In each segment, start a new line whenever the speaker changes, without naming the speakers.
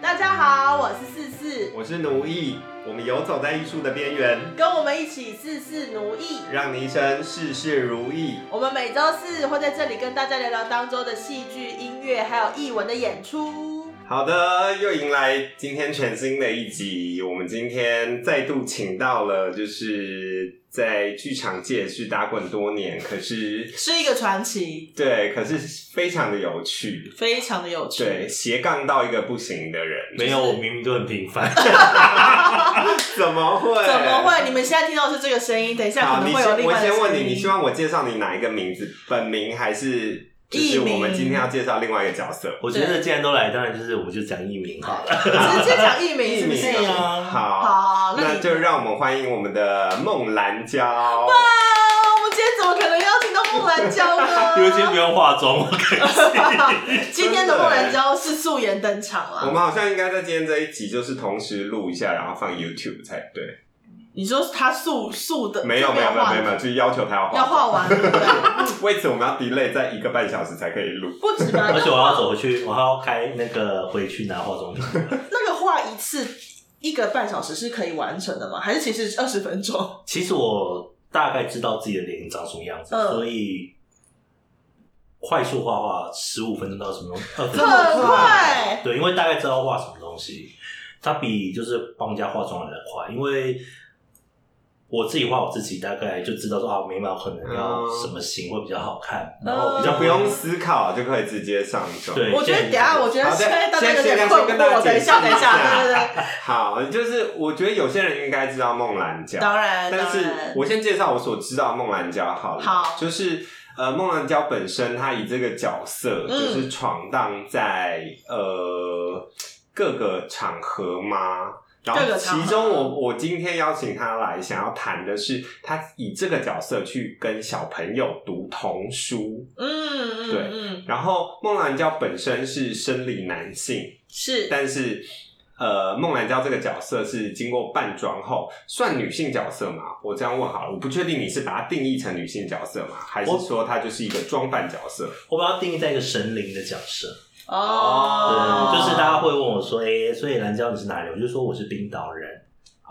大家好，我是四四，
我是奴役，我们游走在艺术的边缘，
跟我们一起四四奴役。
让你一生事事如意。
我们每周四会在这里跟大家聊聊当周的戏剧、音乐还有艺文的演出。
好的，又迎来今天全新的一集。我们今天再度请到了，就是在剧场界是打滚多年，可是
是一个传奇，
对，可是非常的有趣，
非常的有趣。
对，斜杠到一个不行的人，
没有，我明明就很 平凡。
怎么会？
怎么？会？你们现在听到的是这个声音，等一下
好，
可
你
能会有
先，
另
我
外的
先问
声
你，
音。
你希望我介绍你哪一个名字？本名还是就是
艺名
我们今天要介绍另外一个角色？
我觉得既然都来，当然就是我们就讲艺名好了。
直接讲艺名
艺
是不
名
是？
对呀
好，
好，
好那
那
你
就让我们欢迎我们的孟兰娇。
啊，我们今天怎么可能邀请到孟兰娇
因为今天
呢？
不用化妆，我可以。
今天的孟兰娇是素颜登场啊
我
了。
们好像应该在今天这一集就是同时录一下，然后放 YouTube 才对。
你说她素素的，
没有没有没有没有，没有，就是要求他要
要
画。
画完，对不对？
为此我们要 delay 在一个半小时才可以录。
不止吧？
而且我要走回去，我还要开那个回去拿化妆品。
那个画一次一个半小时是可以完成的吗？还是其实二十分钟？
其实我大概知道自己的脸长什么样子，
嗯
所以快速画画十五分钟到什么二分
很
钟，
快，
对，因为大概知道画什么东西，它比就是帮人家化妆来的快，因为我自己画我自己，大概就知道说啊，眉毛可能要
嗯
什么型会比较好看，然后比较
不用思考就可以直接上妆。
对
我觉得等一下，我觉得
好的
现在大家有
先
点
先
困
先跟大家
惑。等一下，
解
等
释
一
一下
下，对对对，
好，就是我觉得有些人应该知道孟兰娇，
当然，
但
当
是
然，
我先介绍我所知道的孟兰娇好了，
好
就是呃，孟兰娇本身她以这个角色
嗯
就是闯荡在、呃各个场合嘛。然
各
后，
个场合
其中我我今天邀请她来，想要谈的是她以这个角色去跟小朋友读童书。
嗯
对
嗯嗯，
然后，孟兰娇本身是生理男性，
是
但是呃，孟兰娇这个角色是经过扮装后算女性角色吗？我这样问好了，我不确定你是把它定义成女性角色吗？还是
我
说她就是一个装扮角色？
我把它定义在一个神灵的角色，
哦，
对，就是大家会问我说，哎、所以蓝娇你是哪里？我就说我是冰岛人，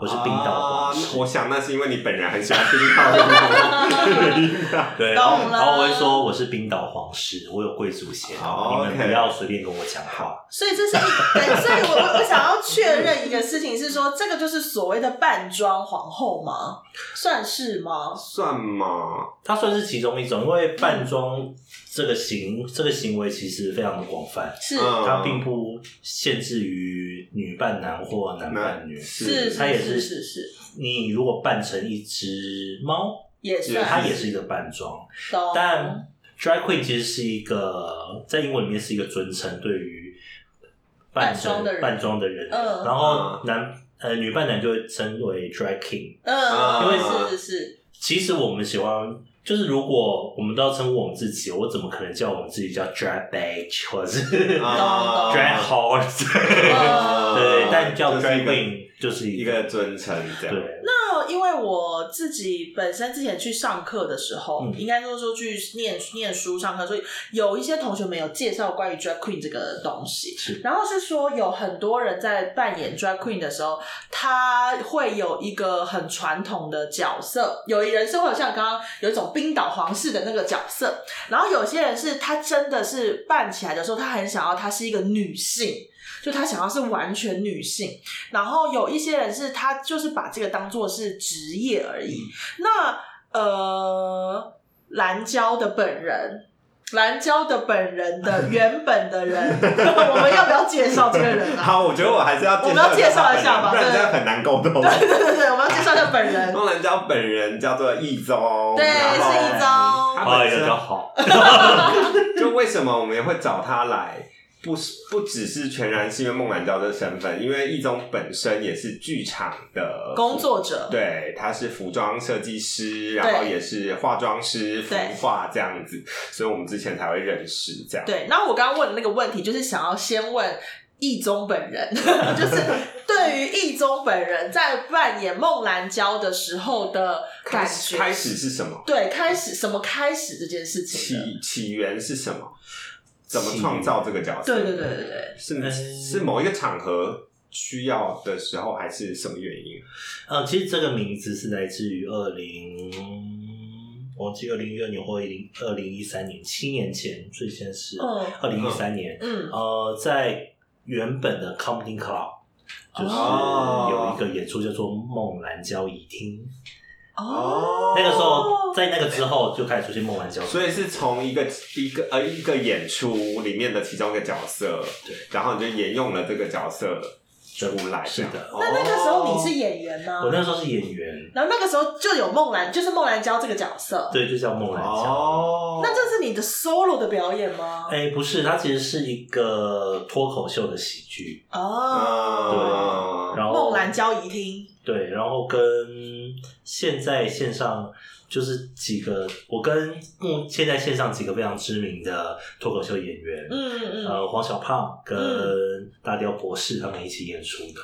我是冰岛
啊
皇室，
我想那是因为你本人很喜欢冰岛人。
对，然
懂
后
了
然后我会说我是冰岛皇室，我有贵族血
哦
统，你们
OK
不要随便跟我讲话。
所以这是一，对所以我我我想要确认一个事情是说，这个就是所谓的扮装皇后吗？算是吗？
算吗？
它算是其中一种，因为扮装这个行这个行为其实非常的广泛，
是
嗯
它并不限制于女扮男或男扮女。
是，
它也
是
是
是是，
你如果扮成一只猫，
也
对
算
它也是一个扮装，
懂，
但 drag queen 其实是一个在英文里面是一个尊称，对于扮
扮装
成
的人
扮装的人，
嗯
然
啊
后男呃女扮男就会称为 drag king。
嗯，
因为
是是是，
其实我们喜欢，就是如果我们都要称呼我们自己，我怎么可能叫我们自己叫 drag bitch 或者是
啊 呃
drag horse？
嗯
对，但叫
就是
drag
一个
queen 就是
一
一
个尊称这样。
对，
那因为我自己本身之前去上课的时候，
嗯
应该说说去念念书上课，所以有一些同学们有介绍关于 drag queen 这个东西
是，
然后是说有很多人在扮演 drag queen 的时候，他会有一个很传统的角色，有人是会有像刚刚有一种冰岛皇室的那个角色，然后有些人是他真的是扮起来的时候，他很想要她是一个女性。就他想要是完全女性，然后有一些人是他就是把这个当做是职业而已。那呃，蓝娇的本人，蓝娇的本人的原本的人， 我们要不要介绍这个人啊？
好，我觉得我还是要
我们要介绍一下吧
不然
对
这样很难沟 通。
对对对，我们要介绍一下本人。
孟兰娇本人叫做易宗，
对，
然后
是一
他
招。
本
哎
身
呀，叫好，
就为什么我们也会找他来，不是不只是全然是因为孟兰娇的身份，因为易宗本身也是剧场的
工，作者。
对，他是服装设计师，然后
对
也是化妆师、服
对
化这样子，所以我们之前才会认识这样。
对，那我刚刚问的那个问题，就是想要先问易宗本人， 就是对于易宗本人在扮演孟兰娇的时候的感
开
觉，
始开始是什么？
对，开始什么开始这件事情
起
的？
起源是什么？怎么创造这个角色？
对对对对对，
是
嗯
是某一个场合需要的时候，还是什么原因？
呃，其实这个名字是来自于二零，我忘记二零一二年或零二零一三年，七年前，最先是
嗯
二零一三年，
嗯
呃，在原本的 Comedy Club。就是
哦
有一个演出叫做《梦兰交椅厅》，
哦，
那个时候在那个之后就开始出现梦兰交椅厅，
所以是从一个一个呃一个演出里面的其中一个角色，
对，
然后你就沿用了这个角色出来，
是的
这样
那那个时候你是
哦
演员吗？
我那时候是演员，
然后那个时候就有梦兰，就是梦兰娇这个角色。
对，就叫梦兰娇。
哦，
那这是你的 solo 的表演吗？
哎、不是，它其实是一个脱口秀的喜剧，
哦，
嗯
然后
梦兰娇怡听，
对，然后跟现在线上就是几个，我跟目现在线上几个非常知名的脱口秀演员，
嗯嗯，
呃，黄小胖跟
嗯
大雕博士他们一起演出的，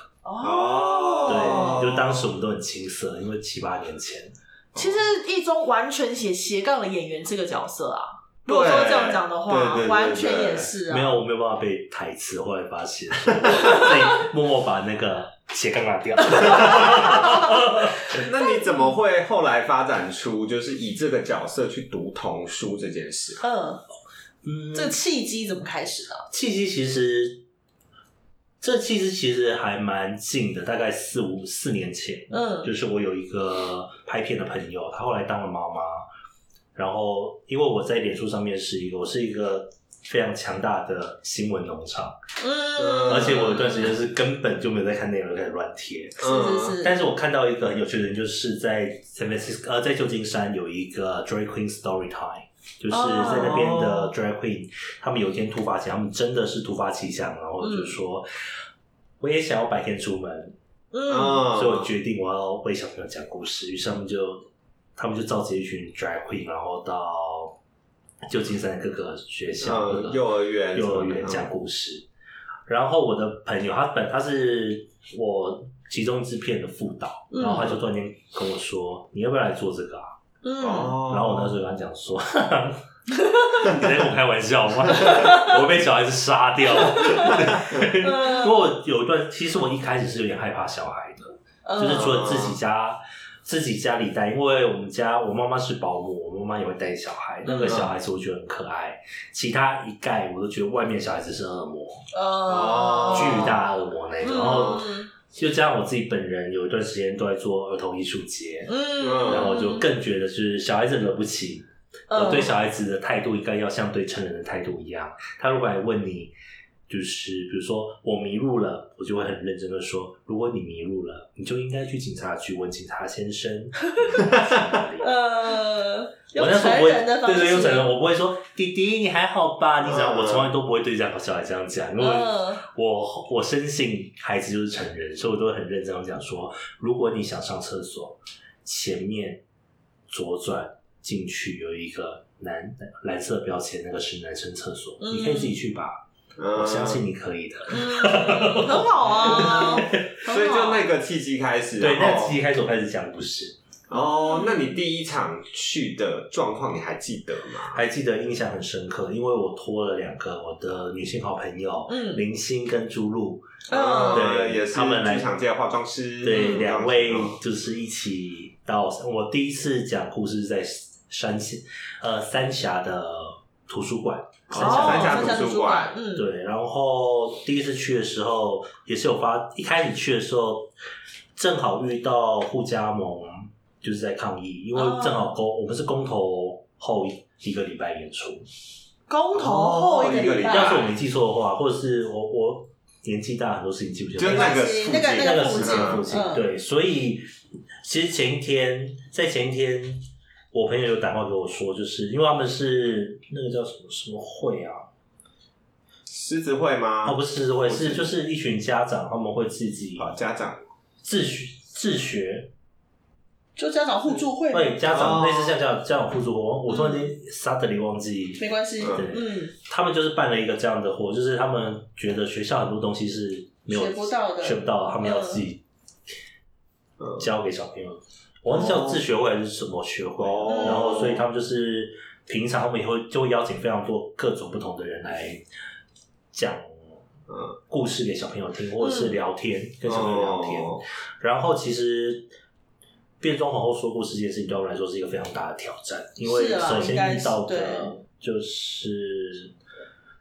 哦，
对，就当时我们都很青涩，因为七八年前，
其实一中完全写斜杠的演员这个角色啊，如果说
对
这样讲的
对对
话
对，对
完全也是啊，
没有，我没有办法背台词，后来 发现，所以默默把那个斜杠拿掉。
哦
那你怎么会后来发展出就是以这个角色去读童书这件事？
嗯，
嗯，
这个契机怎么开始啊的？
契机其实，这契机其实还蛮近的，大概四五四年前，
嗯
就是我有一个拍片的朋友，她后来当了妈妈，然后因为我在脸书上面是一个，我是一个非常强大的新闻农场，
嗯，
而且我有一段时间是根本就没有在看内容，开始乱贴。
嗯是是是，
但是我看到一个很有趣的人，就是在 San Francisco，呃，在旧金山有一个 Drag Queen Story Time，就是
哦
在那边的 Drag Queen，、他们有一天突发奇，他们真的是突发奇想，然后就说。我也想要白天出门，
嗯
嗯，
所以我决定我要为小朋友讲故事。于是他们就，他们就召集一群 drag queen，然后到旧金山各个学校、各个
嗯，幼儿园什么的，
幼儿园讲故事。然后我的朋友，他本他是我其中一支片的副导，
嗯
然后他就突然间跟我说：“你要不要来做这个啊
嗯，
哦？”，
然后我那时候跟他讲说：“ 你在跟我开玩笑吗？ 我被小孩子杀掉。”
嗯
因为我有一段，其实我一开始是有点害怕小孩的，
呃
就是除了自
嗯
己家。自己家里带，因为我们家我妈妈是保姆，我妈妈也会带小孩。
嗯
那个小孩子我觉得很可爱，其他一概我都觉得外面小孩子是恶魔。
呃
哦巨大恶魔那种。然后
嗯
就加上我自己本人有一段时间都在做儿童艺术节，
嗯，
然后就更觉得是小孩子惹不起。
嗯
我呃对小孩子的态度应该要像对成人的态度一样。他如果来问你，就是比如说我迷路了，我就会很认真的说，如果你迷路了，你就应该去警察局问警察 先生。 你要去哪里
呃，
我
用
那时候
成
不会，
人的方
对
式，
对，用成人，我不会说弟弟你还好吧？你知道，
嗯
我从来都不会对这样小孩这样讲，因为
嗯
我我深信孩子就是成人，所以我都会很认真地讲说，如果你想上厕所，前面左转进去有一个蓝蓝色标签，那个是男生厕所，
嗯
你可以自己去吧，
嗯
我相信你可以的。
嗯，很好啊，很好
所以就那个契机开始，
对，
然
那
后
自己开始我开始讲故事，
哦，那你第一场去的状况你还记得吗？
还记得印象很深刻，因为我托了两个我的女性好朋友，
嗯
林星跟朱露，
嗯
呃
对
也是
他们来
剧场界的化妆师，
对，
嗯
两位就是一起到我第一次讲故事是在山西呃三峡的图书馆，
哦
三峡
三
的
峡
图书
图书馆
嗯，
对，然后第一次去的时候也是有发，一开始去的时候正好遇到互加盟就是在抗议，因为
哦
正好公、我们是公投后一一个礼拜演出，
公投后一个礼
哦
拜，
要是我没记错的话，或者是我我年纪大很多事情记不清楚，
就那
那
个
个
附近
那个
时
附
间
近
附近，
嗯
对，所以其实前一天在前一天，我朋友有打电话给我说，就是因为他们是那个叫什么什么会啊，
狮子会吗？
哦不是狮子会，
不是
是就是一群家长他们会自己
啊，家长
自学自学，
就家长互助会，
对家长
哦
类似像家家长互助，我我突然间 suddenly 忘记，
没关系，
对
嗯，
他们就是办了一个这样的活，就是他们觉得学校很多东西是没有
学不到的
学不到，他们要自己
嗯
教给小朋友。我忘记叫自学会还是什么学会，
哦
然后所以他们就是平常我们也会就会邀请非常多各种不同的人来讲
嗯
故事给小朋友听，或者是聊天、跟小朋友聊
嗯
天。
哦
然后其实变装皇后说故事这件事情对我们来说是一个非常大的挑战，因为
是啊
首
应该
先遇
是
到
对
的就是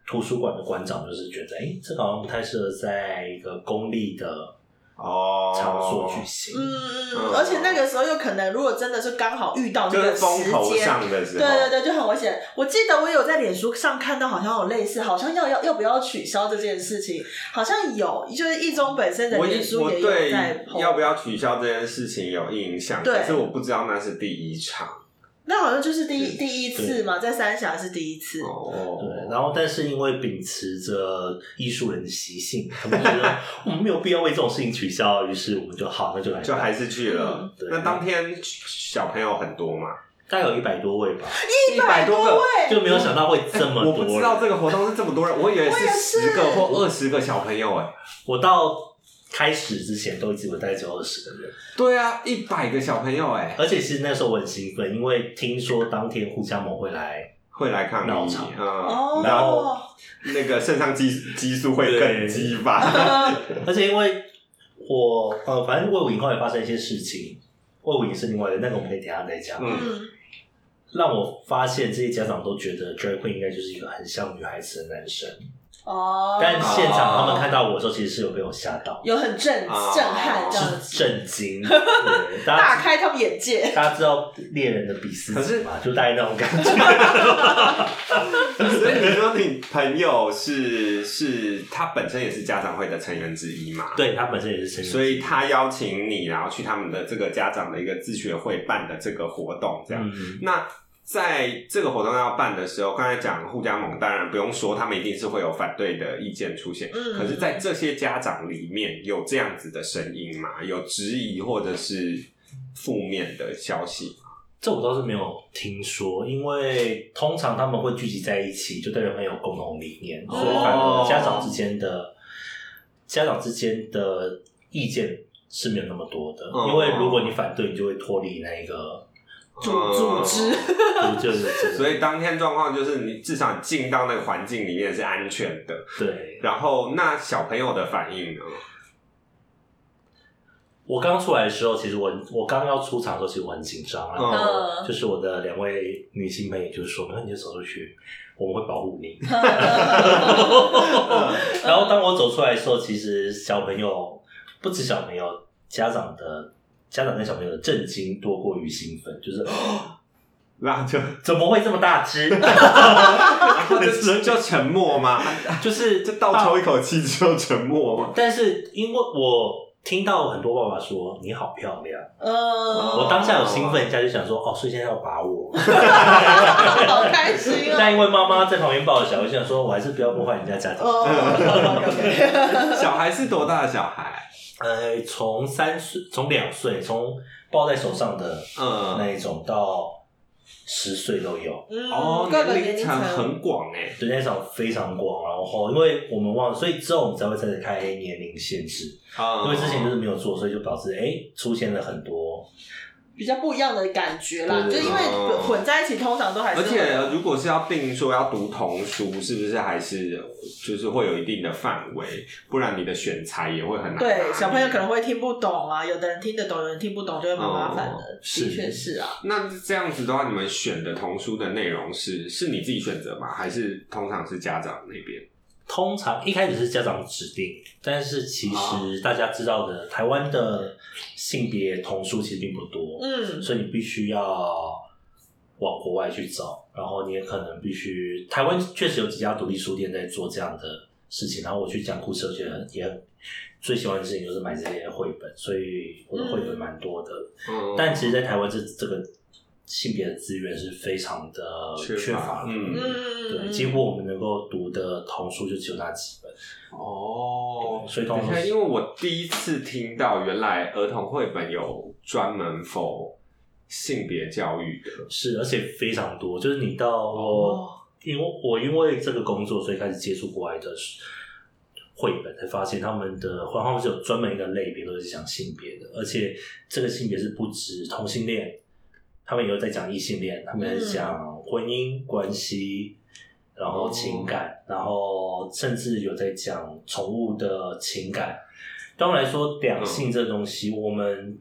图书馆的馆长，就是觉得哎、诶这个好像不太适合在一个公立的
哦，
场所举行。
嗯嗯，
嗯
而且那个时候有可能，如果真的是刚好遇到那
就
个
是哦风
时
头
间，
上的时
对对
候，
对，就很危险。我记得我有在脸书上看到，好像有类似，好像要要要不要取消这件事情，好像有，就是一中本身的
我
脸
一
书
我
也有
对
在 po
要不要取消这件事情有印象，
对
可是我不知道那是第一场
那好像就是第一
对
第一次嘛，在三峡是第一次。
哦
对，。然后但是因为秉持着艺术人的习性，他们觉 得我们没有必要为这种事情取消，于是我们就好，那就来办，
就还是啊去了
嗯。
对
那当天小朋友很多嘛，
大概有一百多位 吧，
一百多个，
位，
就没有想到会这么
我
多人。
不知道这个活动是这么多人，我以为
我也是
是十个或二十个小朋友哎。
我到开始之前都一直有大概只有二十个人，
对啊，一百个小朋友哎，
而且其实那时候我很兴奋，因为听说当天互加盟会来，
会来抗
闹
议
场，
嗯，然后
哦，
那个肾上激激素会更
对
激发，
嗯
而且因为我呃，反正魏武营后来发生一些事情，魏武营是另外的，那个我们可以等一下再讲。
嗯
嗯，
让我发现这些家长都觉得 drag queen 应该就是一个很像女孩子的男生，
哦，
但现场他们看到我的时候，其实是有被我吓到，
有很震震
哦
撼这样
是
子，
震惊，对大家
大开他们眼界。
大家知道猎人的比斯
可是
嘛，就大概那种感觉。
所以你说你朋友是是他本身也是家长会的成员之一嘛？
对他本身也是成员，
所以他邀请你，然后去他们的这个家长的一个自学会办的这个活动，这样。
嗯
那在这个活动要办的时候，刚才讲互加盟，当然不用说，他们一定是会有反对的意见出现。
嗯
可是，在这些家长里面，有这样子的声音吗？有质疑或者是负面的消息？
这我倒是没有听说，因为通常他们会聚集在一起，就代表很有共同理念，
哦
所以反而家长之间的家长之间的意见是没有那么多的，
哦
因为如果你反对，你就会脱离 那个
组
嗯
组织，
就是这个
所以当天状况就是，你至少进到那个环境里面是安全的。
对
然后，那小朋友的反应呢？
我刚出来的时候，其实我我刚要出场的时候，其实我很紧张啊。
嗯
嗯
就是我的两位女性朋友就是说，没关系，你就走出去，我们会保护你。 然后当我走出来的时候，其实小朋友不止小朋友，家长的家长跟小朋友的震惊多过于兴奋，就是 哦
那就
怎么会这么大只？
然后就就沉默吗？
就是 啊
就倒抽一口气之后沉默 吗？
但是因为我听到很多爸爸说你好漂亮，
嗯，
我当下有兴奋一下，就想说哦，所以现在要把我。
好开心
但
哦。
因为妈妈在旁边抱着小孩，我想说我还是不要破坏人家家庭。
哦，OK，OK，OK
小孩是多大的小孩？
呃，从三岁，从两岁，从抱在手上的
嗯，
那一种到十岁都有，
嗯
哦，
各个
年龄层
层
很广哎。
对那一场非常广。然后因为我们忘了，所以之后我们才会再开年龄限制，
啊
因为之前就是没有做，所以就导致哎、出现了很多。
比较不一样的感觉啦，就
对对对
因为
哦
混在一起，通常都还是
而
会
且如果是要定说要读童书，是不是还是就是会有一定的范围？不然你的选材也会很难拿捏。
对小朋友可能会听不懂啊，有的人听得懂，有人听不懂，就会蛮麻烦的。
是
的确是啊，
那这样子的话，你们选的童书的内容是是你自己选择吗？还是通常是家长那边？
通常一开始是家长指定，但是其
啊
实大家知道的，台湾的性别童书其实并不多，
嗯，
所以你必须要往国外去找，然后你也可能必须台湾确实有几家独立书店在做这样的事情，然后我去讲故事，我觉得也很最喜欢的事情就是买这些绘本，所以我的绘本蛮多的。
嗯
但其实，在台湾这这个性别的资源是非常的
缺乏
缺乏的，
嗯
嗯，
对，几乎我们能够读的童书就只有那几本，
哦，
所以通
等一
常
下，
是
因为我第一次听到，原来儿童绘本有专门否性别教育的。
是，而且非常多。就是你到、
哦
因为我因为这个工作，所以开始接触国外的绘本，才发现他们的绘画是有专门一个类别都是讲性别的，而且这个性别是不止同性恋，他们也有在讲异性恋，他们也在讲婚姻关系，然后情感，
哦
然后甚至有在讲宠物的情感。对我们来说，两性这东西，我们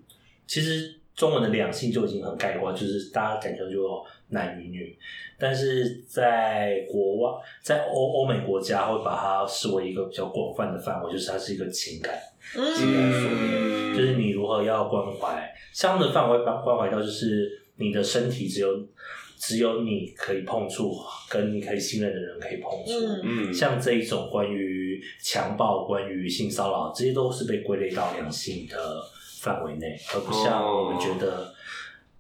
其实中文的两性就已经很概括，就是大家感觉就男与女，但是在国外，在欧欧美国家会把它视为一个比较广泛的范围，就是它是一个情感。
嗯，
嗯，
就是你如何要关怀，相应的范围关关怀到就是你的身体只有只有你可以碰触，跟你可以信任的人可以碰触。
嗯
嗯，
像这一种关于强暴、关于性骚扰，这些都是被归类到两性的范围内，而不像
哦
我们觉得。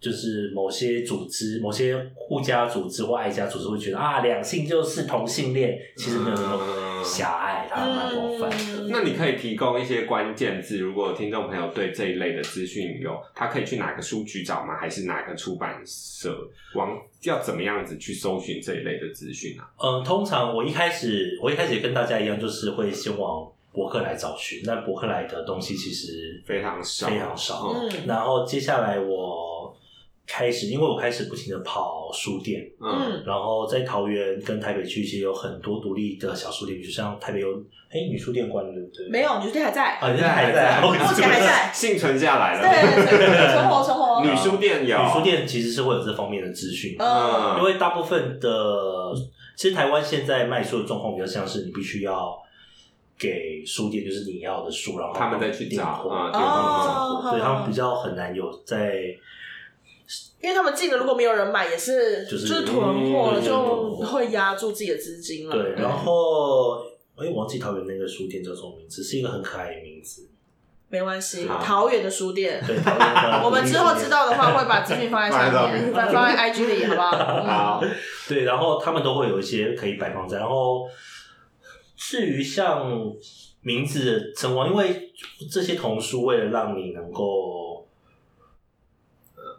就是某些组织、某些护家组织或爱家组织会觉得啊，两性就是同性恋，其实没有那么
嗯
狭隘，它蛮广泛的。
那你可以提供一些关键字，如果听众朋友对这一类的资讯有，他可以去哪个书局找吗？还是哪个出版社网要怎么样子去搜寻这一类的资讯啊？
嗯，通常我一开始，我一开始也跟大家一样，就是会先往博客来找寻。那博客来的东西其实
非常少，
非常少。
嗯
嗯
然后接下来我开始，因为我开始不停的跑书店，
嗯
然后在桃园跟台北区其实有很多独立的小书店，比如像台北有，哎，女书店关了，对不对？
没有，女书店还在，
啊，人家还在，
目
目前还在
幸存下来了。
对，存活存活，
女书店有，
女书，店其实是会有这方面的资讯的。
嗯
因为大部分的，其实台湾现在卖书的状况比较像是你必须要给书店，就是你要的书，然后
他们再去
订
找
货，
啊
对
对
他们
哦
找货，对
好
他们比较很难有在
因为他们进了，如果没有人买，也是
就是
是囤货了，
嗯
就会压住自己的资金了。
对，然后哎，忘记桃园那个书店叫什么名字，是一个很可爱的名字。
没关系，
好
桃园的书店，
对，桃园的
我们之后知道的话会把资讯放在
放在
上
上
面，
面
放放在 IG 里，好不嗯好？
好，
对，然后他们都会有一些可以摆放在。然后至于像名字的称呼，因为这些童书为了让你能够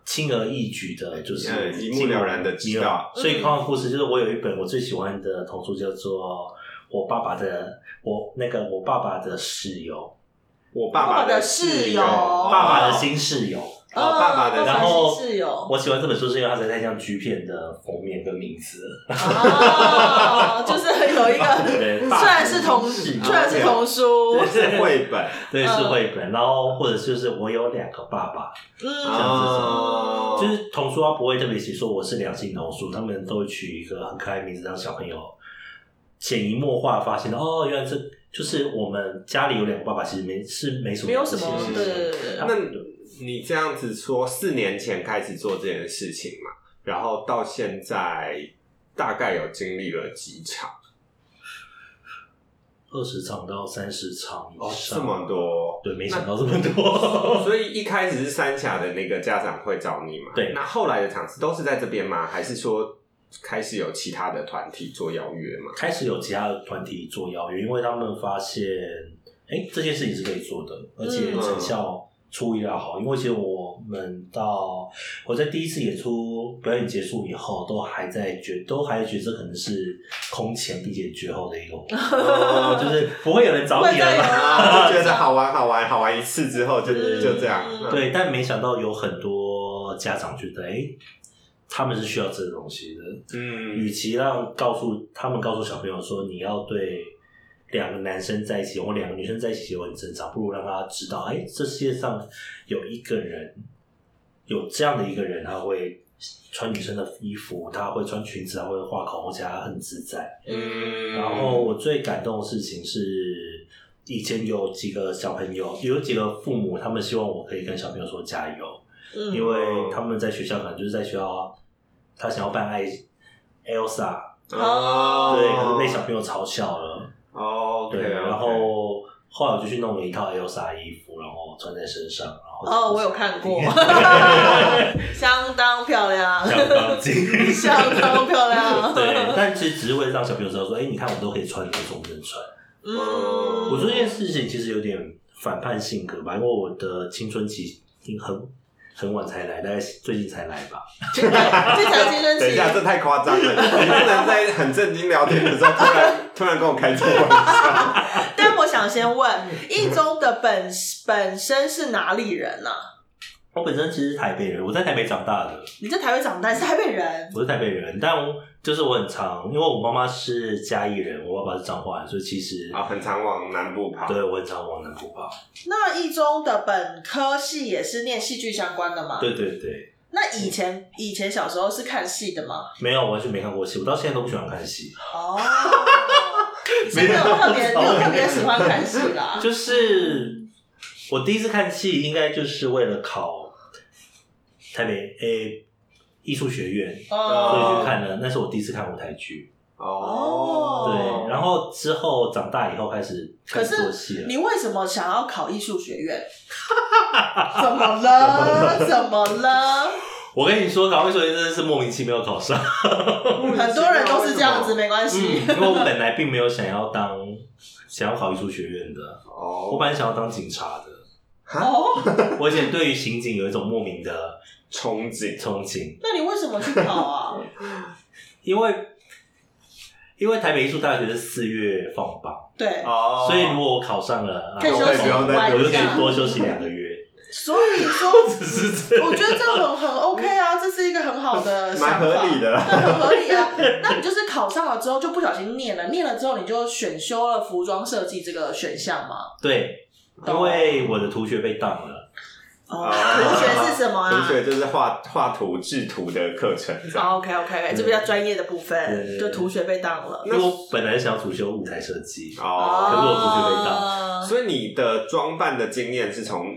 轻而易举的，就是
嗯一目了然地知道
所以
嗯
看完故事，就是我有一本我最喜欢的童书，叫做《我爸爸的我那个我爸爸的室友
我爸
爸
爸
的室
室
友哦
爸爸的新室友》。
嗯
哦爸爸的
爸
然
爸
后
是室友，
我喜欢这本书是因为它实在太像 G 片的封面跟名字了。
哦， 就是有一个，
对
虽
爸爸
然是同，
的室友
虽然是同书，
是绘本
对，是绘本，然后或者就是我有两个爸爸，
嗯，
哦
就是童书他不会特别写说我是两性童书，他们都会取一个很可爱的名字让小朋友潜移默化地发现哦，原来这就是我们家里有两个爸爸，其实没是没什么
没有什么
关系，
对对对对
他
那
们
你这样子说，四年前开始做这件事情嘛，然后到现在大概有经历了几场
二十场到三十场以
哦，
上，
这么多。哦
对，没想到这么多。
所以一开始是三峡的那个家长会找你嘛？
对
那后来的场次都是在这边吗？还是说开始有其他的团体做邀约 嘛？
开始有其他的团体做邀约，因为他们发现，哎、这件事情是可以做的，而且成效出乎意料好。因为其实我们到我在第一次演出表演结束以后，都还在觉，都还觉得这可能是空前并且绝后的一个活动，
哦
就是不会有人找
不会
你
再
了
有
吧？
啊，就觉得好玩好玩好玩一次之后就
嗯
就这样，
对，但没想到有很多家长觉得，哎、他们是需要这个东西的，
嗯
与其让告诉他们告诉小朋友说你要对两个男生在一起或两个女生在一起结婚很正常，不如让他知道，哎、这世界上有一个人有这样的一个人，他会穿女生的衣服，他会穿裙子，他会画口红，而且他很自在。
嗯
然后我最感动的事情是，以前有几个小朋友，有几个父母，他们希望我可以跟小朋友说加油，
嗯
因为他们在学校可能就是在学校，他想要办爱 Elsa，
哦，
对，可是被小朋友嘲笑了。
哦，
对，然后后来我就去弄了一套 Elsa 衣服，然后穿在身上，然后
哦，我有看 过， 相当漂亮，
相 当精
相当漂亮，
对，但其实只是为了让小朋友知道说，哎，你看我都可以穿，你为什么不能穿？
嗯，
我说这件事情其实有点反叛性格吧，因为我的青春期已经很很晚才来，大概最近才来吧。
这 才青春
等一
期，
下，这太夸张了！你不能在很正经聊天的时候，突然突然跟我开这个玩笑。
但我想先问，一中的本本身是哪里人呢、啊
我本身其实是台北人，我在台北长大的，
你在台北长大，你是台北人，
我是台北人，但我就是我很常，因为我妈妈是嘉义人，我爸爸是彰化人，所以其实
啊，很常往南部跑。
对我很常往南部跑。
那一中的本科系也是念戏剧相关的吗？
对对对，
那以前以前小时候是看戏的吗？
没有，我完全没看过戏，我到现在都不喜欢看戏。
哦， 所以没有特别没有特别喜欢看戏啦。
就是我第一次看戏，应该就是为了考台北诶艺术学院，
哦
所以去看了。那是我第一次看舞台剧，
哦
对。然后之后长大以后开始开
可
始
是
做戏啊了。
你为什么想要考艺术学 院？怎么了？怎么了？
我跟你说，考会学院真的是莫名其妙考上，
很多人 都是这样子，没关
嗯，
系。
因为我本来并没有想要当想要考艺术学院的，我
哦，
本来想要当警察的。
哦，
我以前对于刑警有一种莫名的
憧憬
憧憬，
那你为什么去考啊？
因为因为台北艺术大学是四月放榜，
对，
哦
所以如果我考上了，
可以
啊
休
我也
息
不用再
晚
我就可
一
以
下。
多休息两个月。
所以说，
只是这
我觉得这样很很 OK 啊，这是一个很好的想法，
蛮合理的啦
对，很合理啊。那你就是考上了之后就不小心念了，念了之后你就选修了服装设计这个选项嘛？
对，因为我的图学被当了，
哦，同学是什么
同
啊？
学就是画画图、制图的课程这样。
o k OK OK，这比哦较专业的部
对
分，
对
就
对
图学被当了。
因为我本来想要主修舞台设计，
哦，
可是我同学被
当
所以你的装扮的经验是从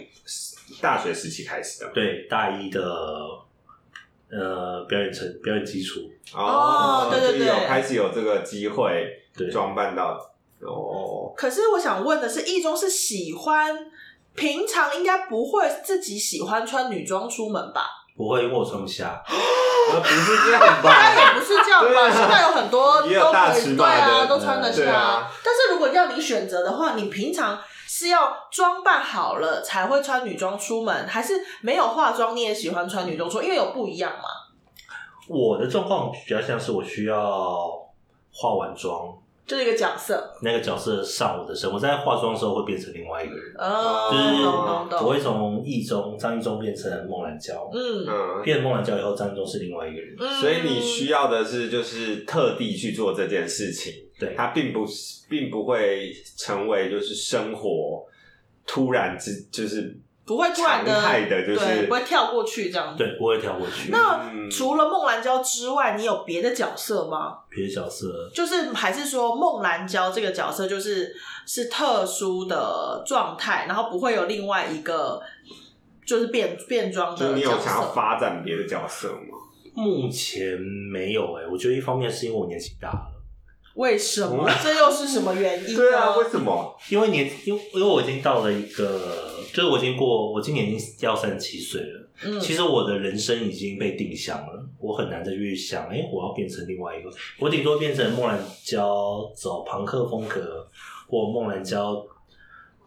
大学时期开始的吗
对大一的呃表演成表演基础，
哦对对
就是有
对
开始有这个机会
对，
装扮到哦，
可是我想问的是，一中是喜欢，平常应该不会自己喜欢穿女装出门吧？
不会因为我穿不下，
呃不是这样
当然
吧？
也不是这样吧，
对啊
现在有很多
也有
都
大
可以，
尺
对
码的
啊，都穿得
对
下
啊。
但是如果要你选择的话，你平常是要装扮好了才会穿女装出门，还是没有化妆你也喜欢穿女装出门？因为有不一样嘛。
我的状况比较像是我需要化完妆，
就是一个角色，
那个角色上我的身，我在化妆的时候会变成另外一个人，
哦，
嗯
就是
懂懂
我
懂，
会从一中张一中变成孟兰娇，
嗯
嗯，
变成孟兰娇以后，张一中是另外一个人，
嗯，
所以你需要的是就是特地去做这件事情，
对，
它并不是并不会成为就是生活突然之就是
不会突然的
常态的就是
对，不会跳过去这样子。
对，不会跳过去。
那
嗯
除了孟兰娇之外，你有别的角色吗？
别的角色
就是还是说孟兰娇这个角色就是是特殊的状态，然后不会有另外一个就是变变装
嗯就
的
你有
角
想要
色。
发展别的角色吗？
目前没有哎、我觉得一方面是因为我年纪大了，
为什么
哦？
这又是什么原因呢？
对啊，为什么？
因为年因为因为我已经到了一个，就是我已经过我今年已经要三十七岁了。
嗯，
其实我的人生已经被定向了，我很难再去想，哎、我要变成另外一个，我顶多变成莫兰娇走朋克风格，或莫兰娇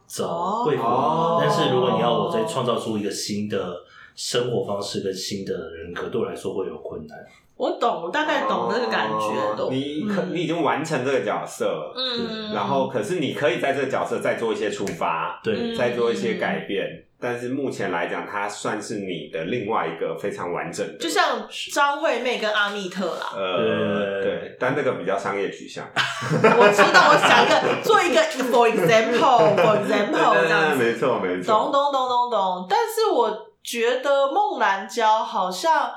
走贵妇风格。
哦
但是如果你要我再创造出一个新的生活方式跟新的人格，对我来说会有困难。
我懂，我大概懂那个感觉，
哦
懂。
你
嗯
可你已经完成这个角色了，
嗯，
然后可是你可以在这个角色再做一些出发，
对，
嗯
再做一些改变。但是目前来讲，它算是你的另外一个非常完整的，
就像张惠妹跟阿密特啦，
呃，
对
对，但那个比较商业取向。
我知道，我想一个做一个 for example，for
对
example
对
这样
对，
子，
没错没
懂
错。
懂懂懂懂。但是我觉得孟兰娇好像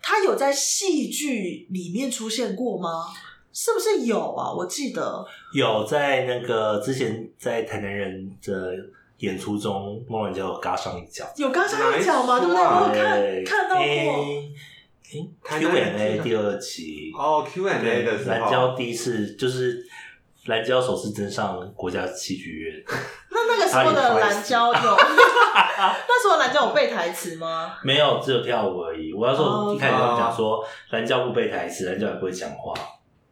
她有在戏剧里面出现过吗？是不是有啊？我记得
有在那个之前在台南人的演出中，莫兰娇有嘎上一脚，
有刚上一讲吗？对不对？
哪一出啊
我有哦看
对
看到过。
诶诶
台南人
，Q&A 第二集
哦，Q&A 的时
蓝
候，
椒第一次就是蓝椒首次登上国家戏剧院，
那那个时候的兰娇有，那时候兰娇有背台词吗？
没有只有跳舞而已。我要说
哦
一开始就讲说蓝椒不背台词，蓝椒也不会讲话，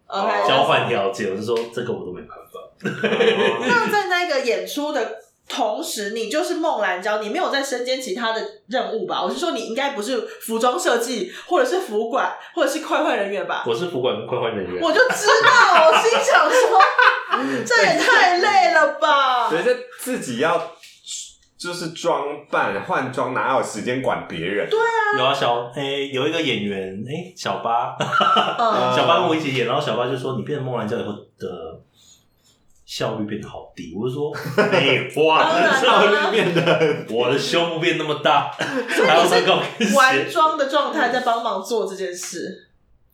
OK，
交换条件，我就说这个我都没办法。
那在那个演出的同时，你就是孟兰娇，你没有在身兼其他的任务吧？我是说，你应该不是服装设计，或者是服管，或者是快换人员吧？
我是服管跟快换人员，
我就知道，我心想 说，这也太累了吧？
觉得自己要就是装扮换装，哪有时间管别人？对，
有啊，小诶、有一个演员诶、小八，
嗯，
小八跟我一起演，然后小八就说你变成梦兰教以后的效率变得好低，我 就说没有哇，
当然啊
效率变得很低
我的胸部变那么大，还要穿高跟
玩
鞋。
妆的状态在帮忙做这件事，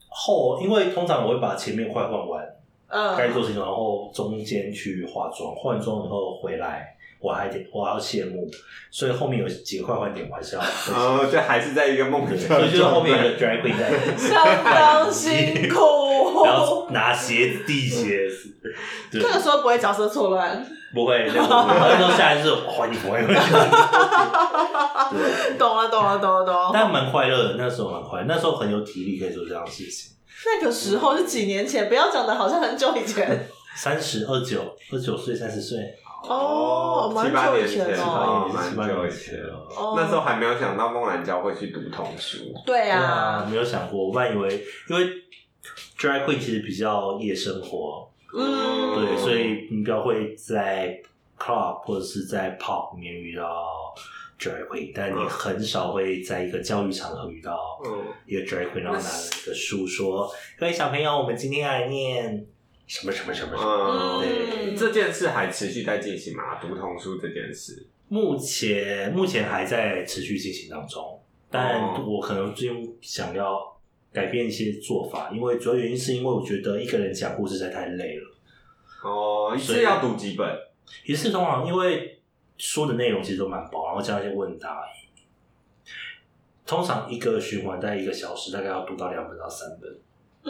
后，因为通常我会把前面快换完，该
嗯，
做事情，然后中间去化妆，换妆以后回来，我还得我还要谢幕，所以后面有几个快换点我还是要。
哦，对，还是在一个梦
对
里，
所以 就是后面有个 drag queen 在，
相当辛
然
苦。
后拿鞋子递鞋子，对
这，个时候不会角色错乱，
不会，那个不会然后下来就是还你还你，对，
懂了，懂了，懂了，懂了。
但蛮快乐的，那时候蛮快乐，那时候很有体力可以做这样的事情。
那个时候是几年前，不要讲的好像很久以 前。
三十二九，二九岁，三十岁，
哦蛮
七八
久以
年
前哦
前哦，
七八
蛮久
年
以前了。
了。
哦，
那时候还没有想到孟兰娇会去读童书，
对
对啊，
啊，
没有想过，我本来以为，因为 drag queen 其实比较夜生活，
嗯，
对，所以你比较会在 club 或者是在 pub 里面遇到 drag queen，但你很少会在一个教育场合遇到
嗯，
一个 drag queen，然后拿了一个书说：“各位小朋友，我们今天来念什么什么什么什
嗯
么。
嗯
这件事还持续在进行吗？读童书这件事，”
目前目前还在持续进行当中，但我可能最近想要改变一些做法，因为主要原因是因为我觉得一个人讲故事实在太累了，
哦，一
所
次
以
要读几本？
也是通常因为书的内容其实都蛮薄，然后加上一些问答。通常一个循环大概一个小时，大概要读到两本到三本。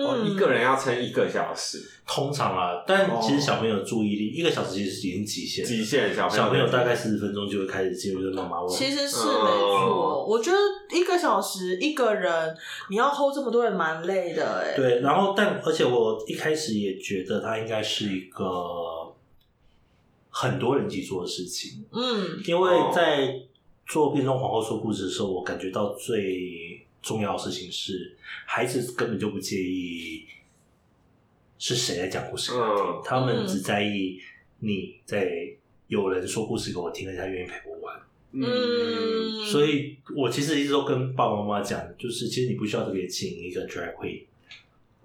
哦，
嗯，
一个人要撑一个小时，
通常啊，但其实小朋友的注意力、一个小时其实是已经极限了，
极限小朋友
小朋友大概四十分钟就会开始进入这种妈妈问。
其实是
嗯
没错。我觉得一个小时一个人，你要 hold 这么多人，蛮累的哎。
对，然后但而且我一开始也觉得它应该是一个很多人一起做的事情，
嗯
因
哦
为在做《变装皇后》说故事的时候，我感觉到最重要的事情是，孩子根本就不介意是谁在讲故事给他听，
嗯
他们只在意你在有人说故事给我听，而且他愿意陪我玩。
嗯，
嗯，
所以我其实一直都跟爸爸妈妈讲，就是其实你不需要特别请一个 drag queen，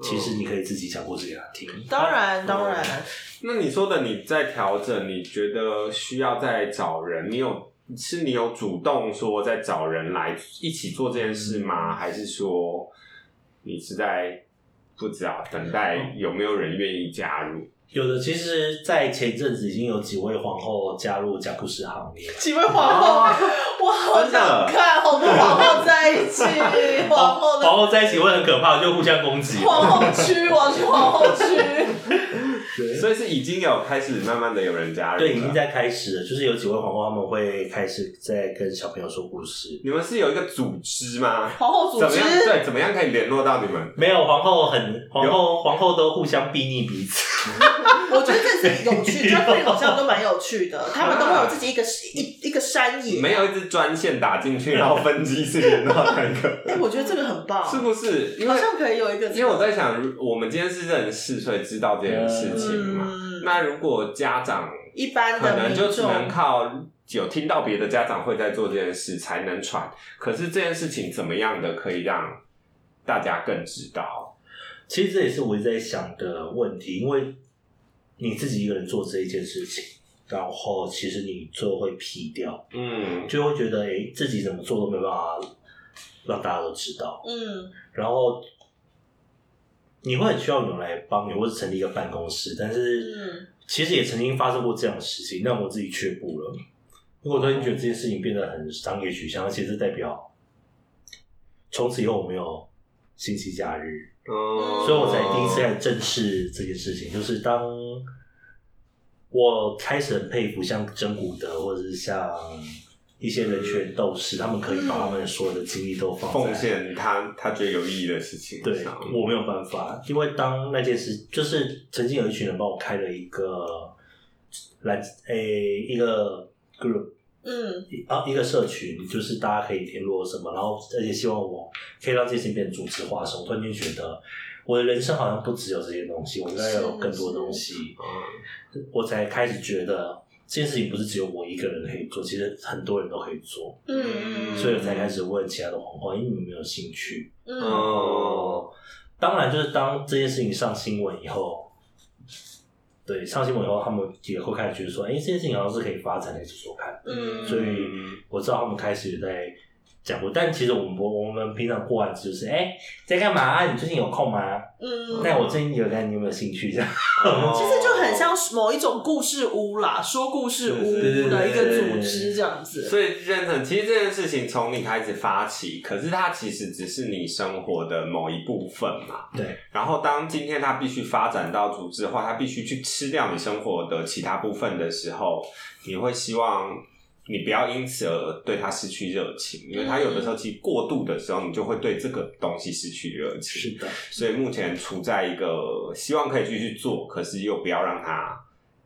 其实你可以自己讲故事给他听。
当然当然，
那你说的你在调整，你觉得需要再找人？你有是你有主动说再找人来一起做这件事
嗯
吗？还是说你是在不知道等
哦
待有没有人愿意加入？
有的其实，在前一阵子已经有几位皇后加入讲故事行列了。
几位皇后，我好想看好多皇后在一起，皇后的
皇后在一起会很可怕，就互相 攻击。
皇后区，我去皇后区。
对
所以是已经有开始慢慢的有人加入了，
对，已经在开始了，就是有几位皇后他们会开始在跟小朋友说故事。
你们是有一个组织吗？
皇后组
怎么
织
样？对，怎么样可以联络到你们？
没有皇后很皇后皇后都互相避睨彼此。
我觉得这是有趣 d r a g 好像都蛮有趣的，他们都会有自己一个 一一个山野。
没有一支专线打进去，然后分机是联络到哪 个？
哎，我觉得这个很棒，
是不是？因为
好像可以有一个这个，
因为我在想，如我们今天是认识，所以知道这件事情嘛。
嗯，
那如果家长
一般
可
的
能
民
就只
众，
能靠有听到别的家长会在做这件事才能传，可是这件事情怎么样的可以让大家更知道？
其实这也是我一直在想的问题，因为你自己一个人做这一件事情，然后其实你最后会疲掉，
嗯
就会觉得哎、诶自己怎么做都没办法让大家都知道，
嗯
然后你会很需要有人来帮你，或者成立一个办公室。但是
嗯
其实也曾经发生过这样的事情，让我自己却步了。因为我突然觉得这件事情变得很商业取向，而且这代表从此以后我没有星期假日。
嗯
所以我才第一次来正视这件事情，就是当我开始很佩服像真古德或者是像一些人权斗士，他们可以把他们的所有的精力都放在
奉。献他他觉得有意义的事情
对
上。，
我没有办法，因为当那件事，就是曾经有一群人帮我开了一个来诶、一个 group，
嗯
啊，一个社群，就是大家可以联络什么，然后而且希望我可以让这些事情变成组织化的时候，我突然间觉得我的人生好像不只有这些东西，我应该有更多东西，我才开始觉得这件事情不是只有我一个人可以做，其实很多人都可以做，
嗯嗯
所以我才开始问其他的黄花，因为你们没有兴趣。
嗯
哦，
当然，就是当这件事情上新闻以后，对上新闻以后，他们也会开始觉得说，哎、这件事情好像是可以发展的，做做看。
嗯，
所以 我知道他们开始在讲过，但其实我们不，我们平常过完就是，哎、在干嘛啊？你最近有空吗？
嗯，
那我最近有在，你有没有兴趣？这样，
其实就很像某一种故事屋
哦
啦，说故事
是是
屋的一个组织这样子。
所以认成，其实这件事情从你开始发起，可是它其实只是你生活的某一部分嘛。
对。
然后当今天它必须发展到组织化，它必须去吃掉你生活的其他部分的时候，你会希望你不要因此而对它失去热情，因为它有的时候其实过度的时候，你就会对这个东西失去热情。
的，
所以目前处在一个希望可以继续做，可是又不要让它